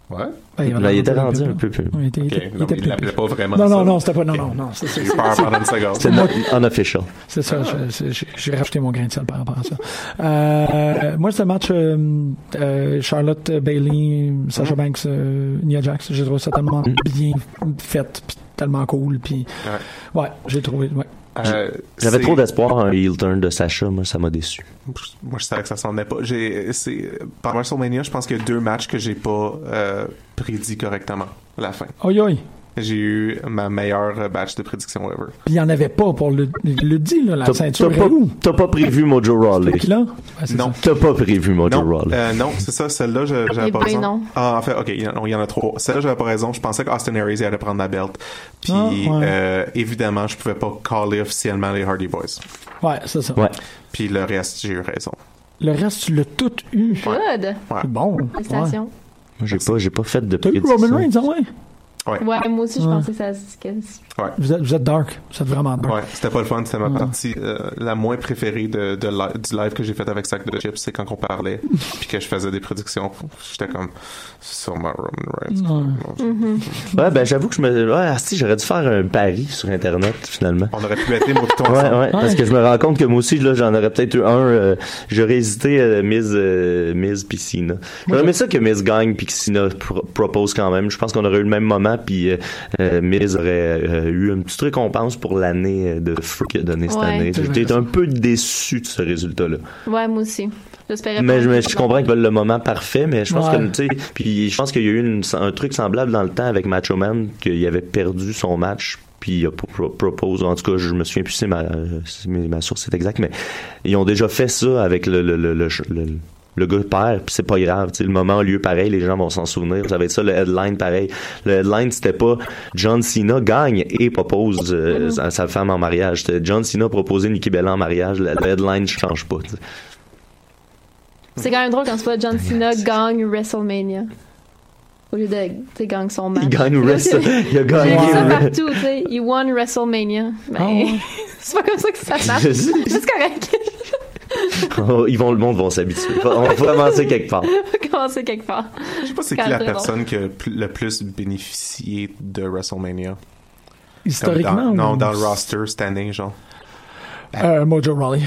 Ouais.
Ben, il
Là,
avait
il était
l'air
rendu
d'un
un peu plus.
Il était, il
Ok,
était- il
non,
était
il
plus-
l'appelait pas vraiment
Non,
ça.
non, non, c'était pas, non, non, non, c'est c'est-
J'ai eu peur
c'est-
pendant une seconde.
C'est not unofficial.
C'est
Ah.
ça, je- c'est- j'ai- j'ai rajouté mon grain de sel par rapport à ça. Euh, moi, ce match euh, euh, Charlotte Bailey,
Mm-hmm.
Sasha Banks, euh, Nia Jax, j'ai trouvé ça tellement bien fait, puis tellement cool, puis ouais, j'ai trouvé. Ouais.
Euh,
J'avais
c'est-
trop d'espoir en heel turn de Sacha, moi, ça m'a déçu.
Moi, je savais que ça s'en venait pas. J'ai, c'est, par WrestleMania, je pense qu'il y a deux matchs que j'ai pas euh, prédit correctement la fin.
Oi, oi.
J'ai eu ma meilleure euh, batch de prédiction ever.
Puis il n'y en avait pas pour le, le dit, là, la
T'as
ceinture.
t'as pas,
est où?
t'as pas prévu Mojo Rawley.
Qui là? Ouais, c'est
Non.
ça.
T'as pas prévu Mojo
Non,
Rawley.
euh, non, c'est ça, celle-là, je- j'avais
Eh
pas
ben
raison.
non.
Ah, en fait, ok, il y, en- il y en a trois. Celle-là, j'avais pas raison. Je pensais qu'Austin Aries allait prendre la belt. Puis,
Ah, ouais.
euh, évidemment, je pouvais pas caller officiellement les Hardy Boys.
Ouais, c'est ça.
Ouais.
Puis le reste, j'ai eu raison.
Le reste, tu l'as tout eu.
Good.
C'est Bon. Ouais.
Félicitations.
Moi, j'ai pas, j'ai pas fait de
T'as eu Roman
prédiction.
Reigns, ah ouais?
Ouais.
Ouais, moi aussi, je
Ouais.
pensais que ça. que-
Ouais.
Vous êtes, vous êtes dark. Vous êtes vraiment dark.
Ouais, c'était pas le fun. C'était ma
Ouais.
partie euh, la moins préférée de, de li- du live que j'ai fait avec Sac de Chips. C'est quand on parlait, puis que je faisais des prédictions. J'étais comme, sur ma Roman Reigns.
Ouais. hein?
Ouais, ben, j'avoue que je me, ouais, ah, si, j'aurais dû faire un pari sur Internet, finalement.
On aurait pu être les mots
Ah,
pitons
Ouais,
ensemble.
ouais, parce que je me rends compte que moi aussi, là, j'en aurais peut-être eu un. euh, j'aurais hésité euh, Miz, euh, Miz puis Cena. J'aurais aimé ça que Miz gagne puis que Cena pro- propose quand même. Je pense qu'on aurait eu le même moment puis euh, euh, Miz aurait euh, eu une petite récompense pour l'année euh, de feu qu'il a donné cette
Ouais.
année.
C'est vrai,
J'étais
ça.
un peu déçu de ce résultat-là.
Ouais, moi aussi. J'espérais
Mais
pas.
je, mais je comprends qu'ils veulent le moment parfait, mais je pense
Ouais.
que, tu sais, puis je pense qu'il y a eu une- un truc semblable dans le temps avec Macho Man, qu'il avait perdu son match, puis il a pro- pro- propose, en tout cas, je me souviens plus si ma, euh, si mes- ma source est exacte, mais ils ont déjà fait ça avec le, le, le, le, le- le gars perd, puis c'est pas grave, tu sais, le moment, lieu pareil, les gens vont s'en souvenir, ça va être ça, le headline pareil. Le headline, c'était pas John Cena gagne et propose euh, sa, sa femme en mariage, c'était John Cena proposait Nikki Bella en mariage, le le headline change pas, tu sais.
C'est quand même drôle quand tu vois John Cena gagne WrestleMania. Au lieu de, tu sais, gagne son match.
Il gagne Wrestle. Il a
J'ai
gagné.
vu ça
Wrestle-
partout, tu sais. Il won WrestleMania. Mais
Ah ouais.
c'est pas comme ça que ça marche.
Je sais.
C'est correct.
Oh, ils vont, le monde vont s'habituer. Faut- On va commencer quelque part.
On va commencer quelque part.
Je sais pas c'est
Quand
qui la
très bon.
personne qui a pl- le plus bénéficié de WrestleMania. Comme
Historiquement.
dans- non,
ou-
dans le roster cette année, genre.
Euh, Mojo Rawley.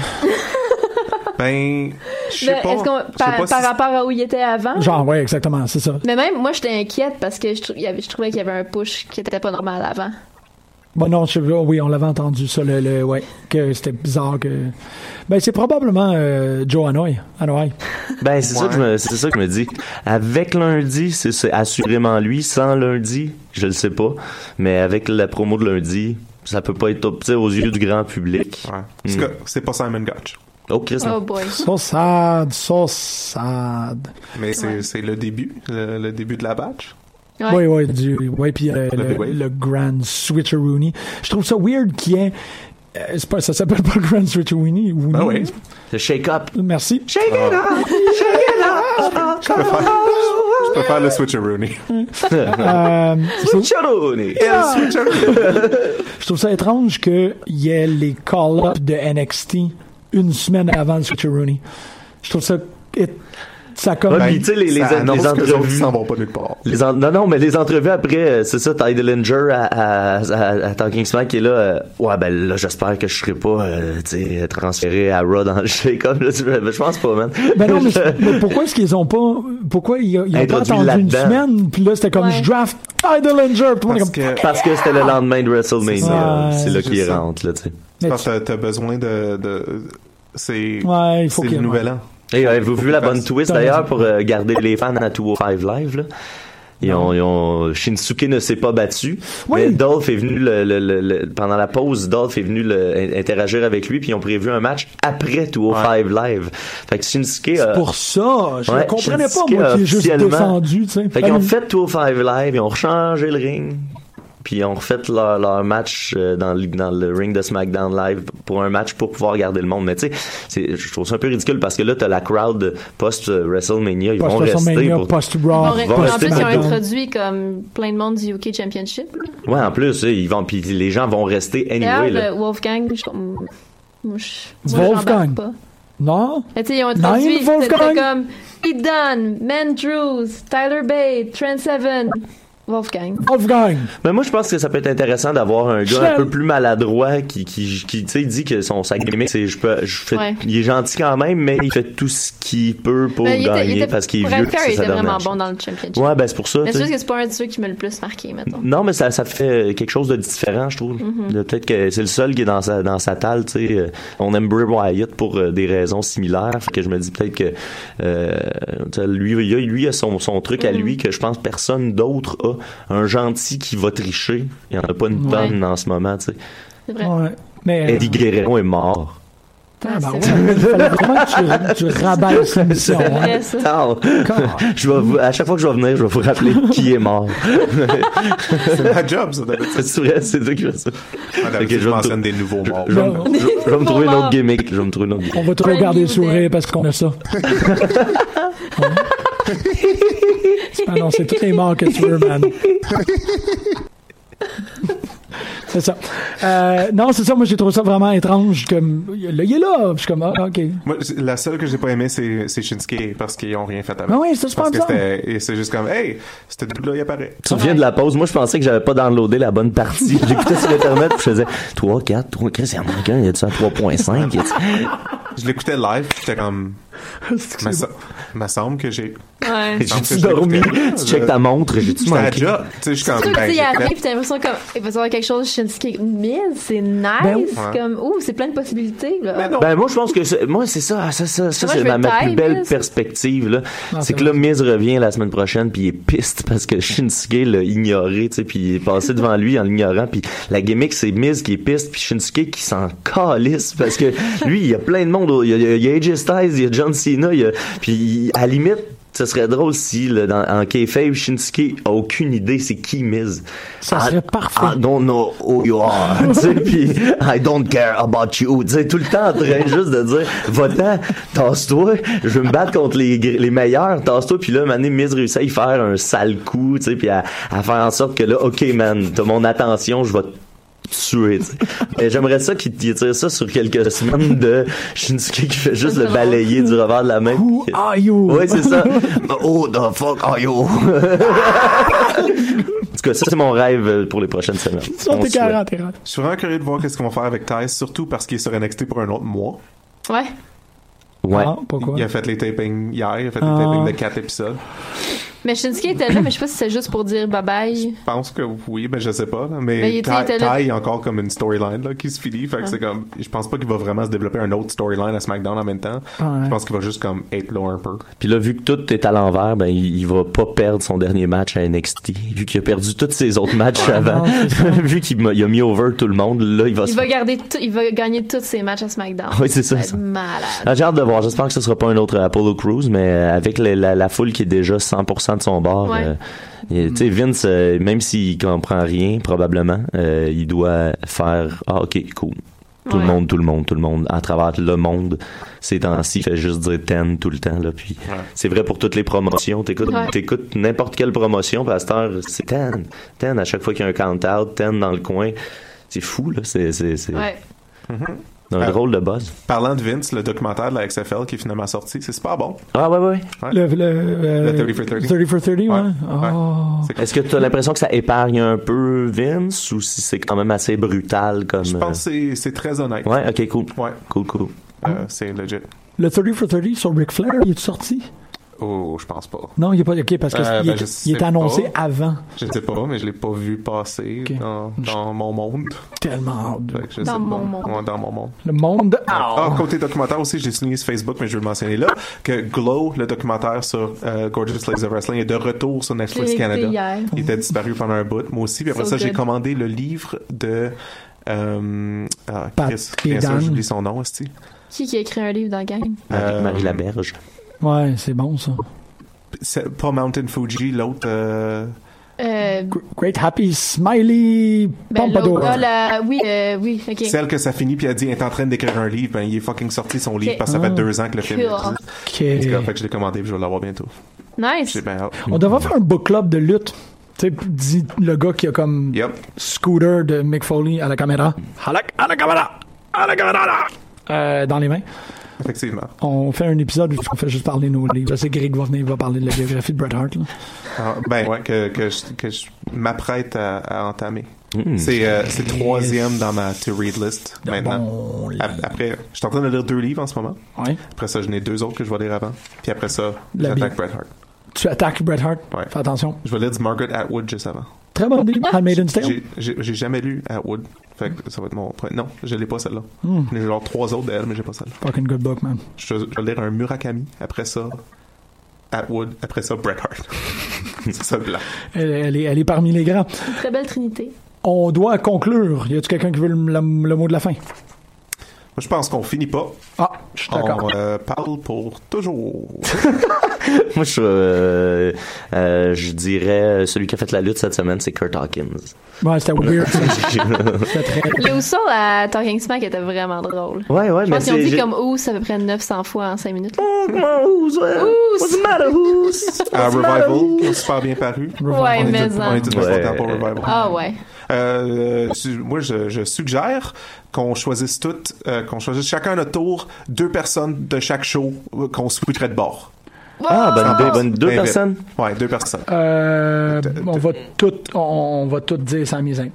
Ben, je
Mais
sais pas.
Est-ce qu'on,
Je sais
par,
pas
par
si-
rapport à où il était avant?
Genre, ouais, exactement, c'est ça.
Mais même, moi, j'étais inquiète parce que je, trou- il y avait- je trouvais qu'il y avait un push qui était pas normal avant.
Bon, non, je- oh oui, on l'avait entendu, ça, le, le- ouais, que c'était bizarre que. Ben, c'est probablement euh, Joe Hanoï, Hanoï.
Ben, c'est ça, que je me- c'est ça que je me dis. Avec lundi, c'est c'est assurément lui. Sans lundi, je le sais pas. Mais avec la promo de lundi, ça peut pas être top tu sais, aux yeux du grand public.
En tout cas,
Hmm.
c'est pas Simon Gotch.
Oh, Chris, non.
So sad, so sad.
Mais c'est c'est le début, le, le début de la batch.
Oui, oui, du, ouais, puis euh,
Le
le,
Big Wave.
le Grand Switcheroony. Je trouve ça weird qu'il y ait. euh, c'est pas, ça s'appelle pas le Grand Switcheroony.
Ben
Ah oui.
Le Shake Up.
Merci. Shake
It
Up!
Je peux faire, je peux faire le switcheroony.
Switcheroony!
Yeah, switcheroony!
Je trouve ça étrange qu'il y ait les call-ups de NXT une semaine avant le Switcheroony. Je trouve ça. et- ça comme.
Ouais, puis, tu sais, les, les, les entrevues.
s'en vont pas nulle part.
Les en- Non, non, mais les entrevues après, euh, c'est ça, Ty Dillinger à, à, à, à Talking Smack qui est là. euh, ouais, ben là, j'espère que je serai pas, euh, tu sais, transféré à Raw dans le shake up. Là, tu- ben, je pense pas, man.
Ben non, mais, mais pourquoi est-ce qu'ils ont pas. Pourquoi ils, ils ont pas
Introduit
attendu une
là-dedans.
semaine, puis là, c'était comme je draft Idolinger, puis on est comme.
Parce que c'était le lendemain de WrestleMania.
Ouais,
C'est là
c'est
qu'il
ça.
rentre, là, tu sais.
C'est parce que t'as- t'as besoin de. de c'est
Ouais, il faut
c'est
qu'il y
le
ait-
nouvel an.
Et avez-vous vu la bonne twist
T'as
d'ailleurs
raison.
pour euh, garder les fans à 205 Live? Là? Ils ont, ils ont- Shinsuke ne s'est pas battu, mais Dolph est venu le, le- le- le- pendant la pause, Dolph est venu le- in- interagir avec lui, puis ils ont prévu un match après 205 Live. Fait que Shinsuke a-
Pour ça, je
Ouais,
comprenais pas,
Shinsuke
moi,
a
qui est juste
officiellement-
descendu, tu sais. Ah,
Fait qu'ils ont fait 205 Live, ils ont changé le ring, puis ils ont refait leur, leur match euh, dans, le- dans le ring de SmackDown Live pour un match pour pouvoir garder le monde. Mais tu sais, c'est- je trouve ça un peu ridicule parce que là, t'as la crowd post-WrestleMania, ils vont rester
Post-WrestleMania,
pour...
post-Raw.
Ils vont
en
rester
plus, ils ont
pour-
introduit comme plein de monde du UK Championship. là.
Ouais, en plus, euh, ils vont, puis les gens vont rester anyway.
D'ailleurs,
Là.
le euh, Wolfgang, je comme. Moi, je. moi,
Wolfgang.
j'embarque pas.
Non?
Mais tu sais, ils ont
Nine
introduit. C'était
Wolfgang?
comme. Pete Dunne, Man Drews, Tyler Bate, Trent Seven, Wolfgang.
Wolfgang!
Mais moi, je pense que ça peut être intéressant d'avoir un gars
Michel.
un peu plus maladroit qui, qui, qui tu sais, dit que son sac gimmick, c'est je peux, je fais,
Ouais.
il est gentil quand même, mais il fait tout ce qu'il peut pour
Mais il était- il
gagner
était-
parce qu'il est
pour
vieux.
être fair,
puis
il
c'est
était
sa dernière
vraiment
chance.
bon dans le championship.
Ouais, ben c'est pour ça.
Mais
tu
c'est
sais.
juste que c'est pas un de ceux qui me le plus marqué, mettons.
Non, mais ça, ça fait quelque chose de différent, je trouve.
Mhm.
De- Peut-être que c'est le seul qui est dans sa, dans sa talle, tu sais. euh, On aime Bray Wyatt pour euh, des raisons similaires. Fait que je me dis peut-être que euh, tu sais, lui, il a, lui a son, son truc à lui que je pense personne d'autre a. Un gentil qui va tricher. Il n'y en a pas une
Ouais.
tonne en ce moment, tu sais.
Ouais. Mais.
Eddie Guerrero est mort.
Ah, ben ouais, il fallait vraiment que tu, tu rabaisses la mission. hein.
Non. je vais vous- à chaque fois que je vais venir, je vais vous rappeler qui est mort.
C'est ma job, ça, d'habitude.
c'est vrai, c'est toi qui fais ça.
d'habitude,
Ok,
je
vais
mentionne
me-
des nouveaux morts.
Je, je vais me-
Des
je vais me
nouveaux
trouver une autre
morts.
gimmick. Je vais me trouver une autre
On
gimmick.
va trop garder le sourire parce qu'on a ça. Ah non, c'est toutes les morts que tu veux, man. C'est ça. Euh, non, c'est ça. Moi, j'ai trouvé ça vraiment étrange. Comme, il est là. Je suis comme, ah, OK.
Moi, c'est- la seule que j'ai pas aimée, c'est c'est Shinsuke parce qu'ils ont rien fait avec.
Ah oui, ça, c'est
Parce
pas
que
bizarre.
c'était- et C'est juste comme, hey, c'était double là, il apparaît.
Tu viens de la pause. Moi, je pensais que j'avais pas downloadé la bonne partie. J'écoutais sur Internet puis je faisais 3, 4, 3, Chris, il y en manque un. Il y a du à 3.5. Il y a-tu-
Je l'écoutais live, puis j'étais comme. Mais ça, me semble que j'ai.
Ouais.
me semble
J'ai-tu
que je
dormi?
l'écoutais.
Tu checkes ta montre, j'ai-tu
J'étais à
manqué?
job, tu sais, je suis comme.
Surtout que
ben,
tu sais, il
j'ai
arrive,
fait-
pis t'as l'impression comme, il va se avoir quelque chose, Shinsuke, 1000, c'est nice,
Ben ouais.
comme, ouh, c'est plein de possibilités, là.
Ben moi je pense que c'est- moi c'est ça ça ça, ça,
Moi,
c'est
je
ma,
veux
ma
le
plus
time,
belle
là, ça.
perspective là
Ah,
c'est
c'est
que là Miz revient la semaine prochaine puis il est piste parce que Shinsuke l'a ignoré tu sais puis il est passé devant lui en l'ignorant puis la gimmick c'est Miz qui est piste puis Shinsuke qui s'en calisse parce que lui il y a plein de monde il y a, il y a AJ Styles il y a John Cena il y a, puis à la limite ce serait drôle si là, dans, en kayfabe Shinsuke a aucune idée c'est qui Miz Ah,
ça serait parfait
I don't know who you are tu sais puis I don't care about you tu sais tout le temps en train juste de dire va-t'en tasse-toi je veux me battre contre les, gr- les meilleurs tasse-toi puis là Mané Miz réussit à y faire un sale coup tu sais puis à, à faire en sorte que là ok man t'as mon attention je vais te tuer tu sais. Mais j'aimerais ça qu'il qu'il tire ça sur quelques semaines de Shinsuke qui fait juste le balayer du revers de la main
Who are you?
oui c'est ça oh the fuck are you en tout cas, ça, c'est mon rêve euh, pour les prochaines semaines. On
t'es
se souhaite.
40, t'es 40.
Je suis vraiment curieux de voir qu'est-ce qu'ils vont faire avec Thais, surtout parce qu'il est sur NXT pour un autre mois.
Ouais.
Ouais.
Ah, pourquoi?
Il a fait les tapings hier, il a fait
Ah.
les tapings de 4 épisodes.
Mais Shinsuke était là, mais je sais pas si c'est juste pour dire bye bye.
Je pense que oui, mais je sais pas. là. Mais,
Mais Ben, il était- il
Tai
était là. Ah.
Tai, il y a encore comme une storyline là, qui se finit. Fait que
Ouais.
c'est comme, je pense pas qu'il va vraiment se développer un autre storyline à SmackDown en même temps.
Ah, Ouais.
Je pense qu'il va juste comme être là un peu.
Puis là, vu que tout est à l'envers, ben, il, il va pas perdre son dernier match à NXT. Vu qu'il a perdu tous ses autres matchs avant, vu qu'il m'a- il a mis over tout le monde, là, il va
Il
se
va, garder tout- il va gagner tous ses matchs à SmackDown.
Oui, c'est ça,
va être
ça.
malade.
Ah, J'ai hâte de voir. J'espère que ce sera pas un autre Apollo Crews, mais euh, avec le- la, la foule qui est déjà 100% de son bord.
Ouais. Mm.
euh, il- tu sais, Vince, euh, même s'il comprend rien, probablement, euh, il doit faire Ah, ok, cool. Tout le
Ouais.
monde, tout le monde, tout le monde, à travers le monde, ces temps-ci, il fait juste dire ten tout le temps. Là, puis c'est vrai pour toutes les promotions. T'écoutes,
Ouais.
t'écoutes n'importe quelle promotion, pasteur, c'est ten, ten à chaque fois qu'il y a un count-out, ten dans le coin. C'est fou, là. C'est, c'est, c'est
Ouais.
un
Euh,
drôle de buzz.
Parlant de Vince, le documentaire de la XFL qui est finalement sorti, c'est super bon.
Ah, ouais, ouais. ouais.
Ouais.
Le, le, euh,
Le 30 for 30.
30 for 30, ouais.
Ouais.
Oh.
Est-ce que tu as l'impression que ça épargne un peu Vince ou si c'est quand même assez brutal comme.
Je pense que c'est- c'est très honnête.
euh, Ouais, ok, cool.
Ouais.
Cool, cool.
Euh, c'est legit.
Le 30 for 30 sur Ric Flair, il est sorti?
Oh, je pense pas.
Non, il est pas. OK, parce qu'il
Euh, ben, je sais
est annoncé
pas.
avant.
Je sais pas, mais je l'ai pas vu passer dans, dans mon monde.
Tellement hâte.
Fait que je
Dans
sais
mon
pas.
monde.
Ouais, dans mon monde.
Le monde. oh.
Ah, côté documentaire aussi, j'ai souligné sur Facebook, mais je vais le mentionner là, que Glow, le documentaire sur euh, Gorgeous Ladies of Wrestling, est de retour sur Netflix
Je l'ai
Canada.
écouté hier.
Il était disparu pendant un bout, moi aussi. Puis après
So
ça, j'ai
good.
commandé le livre de... Euh, ah,
Pat
Chris, bien sûr,
Edan.
j'oublie son nom, aussi.
Qui qui a écrit un livre dans la gang?
Euh,
Marie, Marie Laberge.
Ouais, c'est bon, ça.
C'est pas Mountain Fuji, l'autre... euh,
Euh,
Great Happy Smiley
ben,
Pompadour.
l'autre, ah, la- oui, euh, oui, ok.
Celle que ça finit, puis elle dit, elle est en train d'écrire un livre, ben il est fucking sorti son livre, parce que ça fait
Ah.
deux ans que le film
Cool.
existe.
Ok.
En tout cas, fait que je l'ai commandé, puis je vais l'avoir bientôt.
Nice.
J'ai bien hâte.
On devrait faire un book club de lutte. Tu sais, dit le gars qui a comme
Yep.
scooter de Mick Foley à la caméra. À la, à la caméra! À la caméra! là! Euh, dans les mains.
Effectivement.
On fait un épisode où on fait juste parler nos livres. Je sais que Greg va venir, il va parler de la biographie de Bret Hart. là.
Ah, ben, ouais, que, que je, que je m'apprête à, à entamer. C'est euh, c'est troisième dans ma to-read list maintenant. Ap- Après, je suis en train de lire deux livres en ce moment.
Ouais.
Après ça, j'en ai deux autres que je vais lire avant. Puis après ça,
La
j'attaque
Bible.
Bret Hart.
Tu attaques Bret Hart.
Ouais.
Fais attention.
Je vais lire du Margaret Atwood juste avant.
Très bon livre, Handmaiden's Tale.
J'ai- J'ai j'ai jamais lu Atwood. Fait que ça va être mon pre- Non, je l'ai pas celle-là.
Hmm.
J'ai genre trois autres d'elle, mais j'ai pas celle-là.
Fucking good book, man.
Je, je vais lire un Murakami. Après ça, Atwood. Après ça, Bret Hart. C'est ça le plan.
Elle, elle est, elle est parmi les grands.
Une très belle trinité.
On doit conclure. Y a-tu quelqu'un qui veut le, la- le mot de la fin?
Moi, je pense qu'on finit pas.
Ah, je suis d'accord.
On euh, parle pour toujours.
Moi, je, euh, euh, je dirais euh, celui qui a fait la lutte cette semaine, c'est Kurt Hawkins.
Ouais, c'était weird. ça. C'était très...
Le Oussol à Talking Smack était vraiment drôle.
ouais, ouais,
Je
mais
pense qu'ils ont
c'est.
dit
j'ai-
comme Ous à peu près 900 fois en 5 minutes.
Who's, uh, what's the matter, who's?
À
What's the matter,
Revival,
who's?
qui est super bien paru.
Ouais,
on est
mais
tous,
en.
on est tous bien
Ouais.
contents pour Revival.
Ah ouais.
Euh, su- moi, je, je suggère qu'on choisisse toutes, euh, qu'on choisisse chacun à notre tour deux personnes de chaque show euh, qu'on switcherait de bord.
Ah, bonne idée, bonne Deux
Ben, ben,
personnes.
Ouais, deux personnes.
Euh, on va tout, on va tout dire sans mise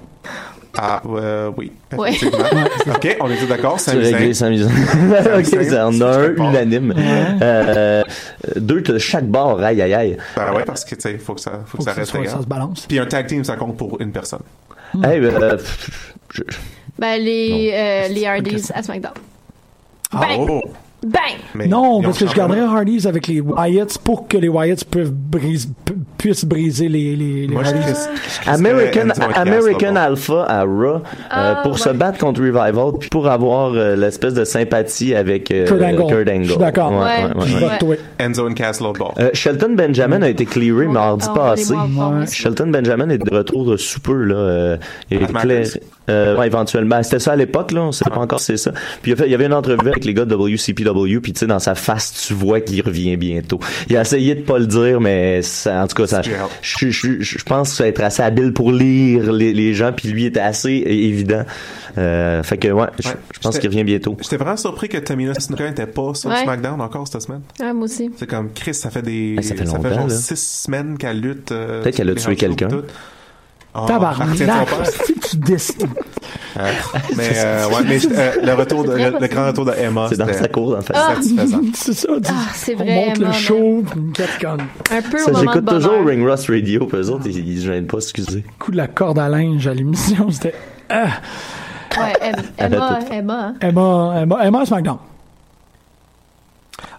Ah, euh, oui.
Ouais.
effectivement. ok, on est tous d'accord.
Tu réglé
Sami Zayn.
sans mise en- ok,
Sami
ça en
Zayn,
a
si
un
je te parle.
unanime. Euh, euh, deux de chaque bord, aïe aïe aïe.
Ben ouais, parce que tu sais, faut que ça, faut que ça
que ça
reste
soit-
égal.
ça se balance.
Puis un tag team, ça compte pour une personne.
Hey, euh, pff, je-
Ben les, euh, les Hardys à SmackDown.
Ah,
Bang!
Oh,
Bang!
mais
non,
ils ont
parce que je
changé.
garderais Hardys avec les Wyatts pour que les Wyatts peuvent brise- pu- puissent briser les, les, les
Moi, je
Hardys.
crie- je crie-
American,
Enzo Cass,
American
là-bas.
Alpha à Raw euh,
Ah,
pour
ouais.
se battre contre Revival puis pour avoir euh, l'espèce de sympathie avec euh,
Kurt Angle. Je suis d'accord.
Ouais,
Ouais.
ouais, ouais,
Je
ouais.
vote
Ouais.
toi.
Enzo and Cass, l'autre bord.
Euh, Shelton Benjamin a été clearé mardi
Oh,
passé.
allez voir,
Ouais.
bon.
Shelton Benjamin est de retour de sous peu là. euh, il est
Matt
clair-
Matthews.
euh, ouais, éventuellement. C'était ça à l'époque là, on sait pas encore si c'est ça. Puis il, a fait- il y avait une entrevue avec les gars de WCPW, puis tu sais dans sa face tu vois qu'il revient bientôt. Il a essayé de pas le dire, mais ça- en tout cas ça,
C'est Gerald.
je, je- je- je pense être assez habile pour lire les, les gens, puis lui est assez évident. Euh, fait que ouais, je,
Ouais.
je pense
J'étais-
qu'il revient bientôt.
J'étais vraiment surpris que Tamina Snuka n'était pas sur
Ouais.
SmackDown encore cette semaine.
Ouais, moi aussi.
C'est comme Chris, ça fait des.
Ben, ça fait longtemps,
genre
là.
six semaines qu'elle lutte. euh,
Peut-être qu'elle a
les
tué
radios,
quelqu'un.
tout. Ah, elle retient
Tabarnak,
son poste.
si tu décides.
Euh, mais euh, ouais, mais euh, le retour, de, le, le grand retour de Emma,
C'est dans
c'était-
sa cour, en fait.
Ah! satisfaisant.
C'est ça, tu-
Ah, c'est
on
vrai,
monte le
Emma,
show, Capcom.
Un peu au
Ça,
moment de
j'écoute
bonheur.
toujours Ring Ross Radio, puis eux autres, ils, ils se gênent pas, excusez.
coup de la corde à linge à l'émission, c'était ah,
Ouais, Em-
Elle a
Emma,
tout.
Emma. hein.
Emma, Emma, Emma SmackDown.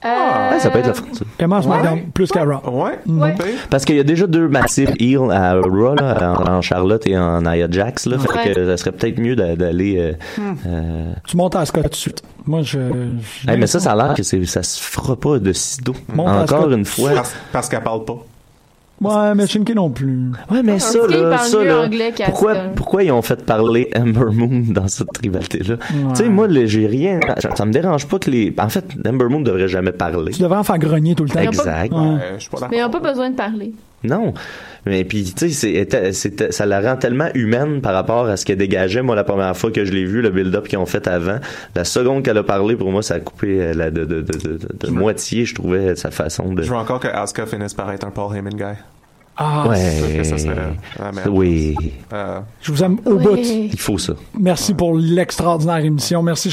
Euh,
Ah, ça peut être la frontière.
Emma SmackDown, plus qu'à Raw.
Ouais,
ouais.
Parce qu'il y a déjà deux massifs heal à Raw, là, en, en Charlotte et en Nia Jax. Là, fait
Ouais.
que ça serait peut-être mieux d'a- d'aller. euh,
Hmm.
euh,
Tu montes à Scott tout de suite. Moi, je. je-
hey, mais ça, ça a l'air que c'est- ça se fera pas de si tôt.
Montre à
Encore
Scott.
une fois.
Parce, parce qu'elle parle pas.
Ouais, mais Shinky non plus.
Ouais, mais ça,
parce qu'il
là,
parle
ça,
mieux
là,
anglais qu'à
pourquoi,
Scott.
pourquoi ils ont fait parler Amber Moon dans cette rivalité-là? Tu sais, moi, le- j'ai rien, ça, ça me dérange pas que les, en fait, Amber Moon devrait jamais parler.
Tu devrais en faire grogner tout le temps.
Exact.
Ouais.
Euh, je suis pas
Mais ils
d'accord.
n'ont pas besoin de parler.
Non. Mais puis, tu sais, c'est- était- c'était- ça la rend tellement humaine par rapport à ce qu'elle dégageait. Moi, la première fois que je l'ai vu, le build-up qu'ils ont fait avant, la seconde qu'elle a parlé, pour moi, ça a coupé euh, la, de, de, de, de- de moitié, je trouvais, sa façon de...
Je veux encore que Asuka finisse par être un Paul Heyman guy.
Ah,
sûr
ouais.
que ça serait la merde.
oui.
Euh,
Je vous aime au bout.
Il faut ça.
Merci pour l'extraordinaire émission. Merci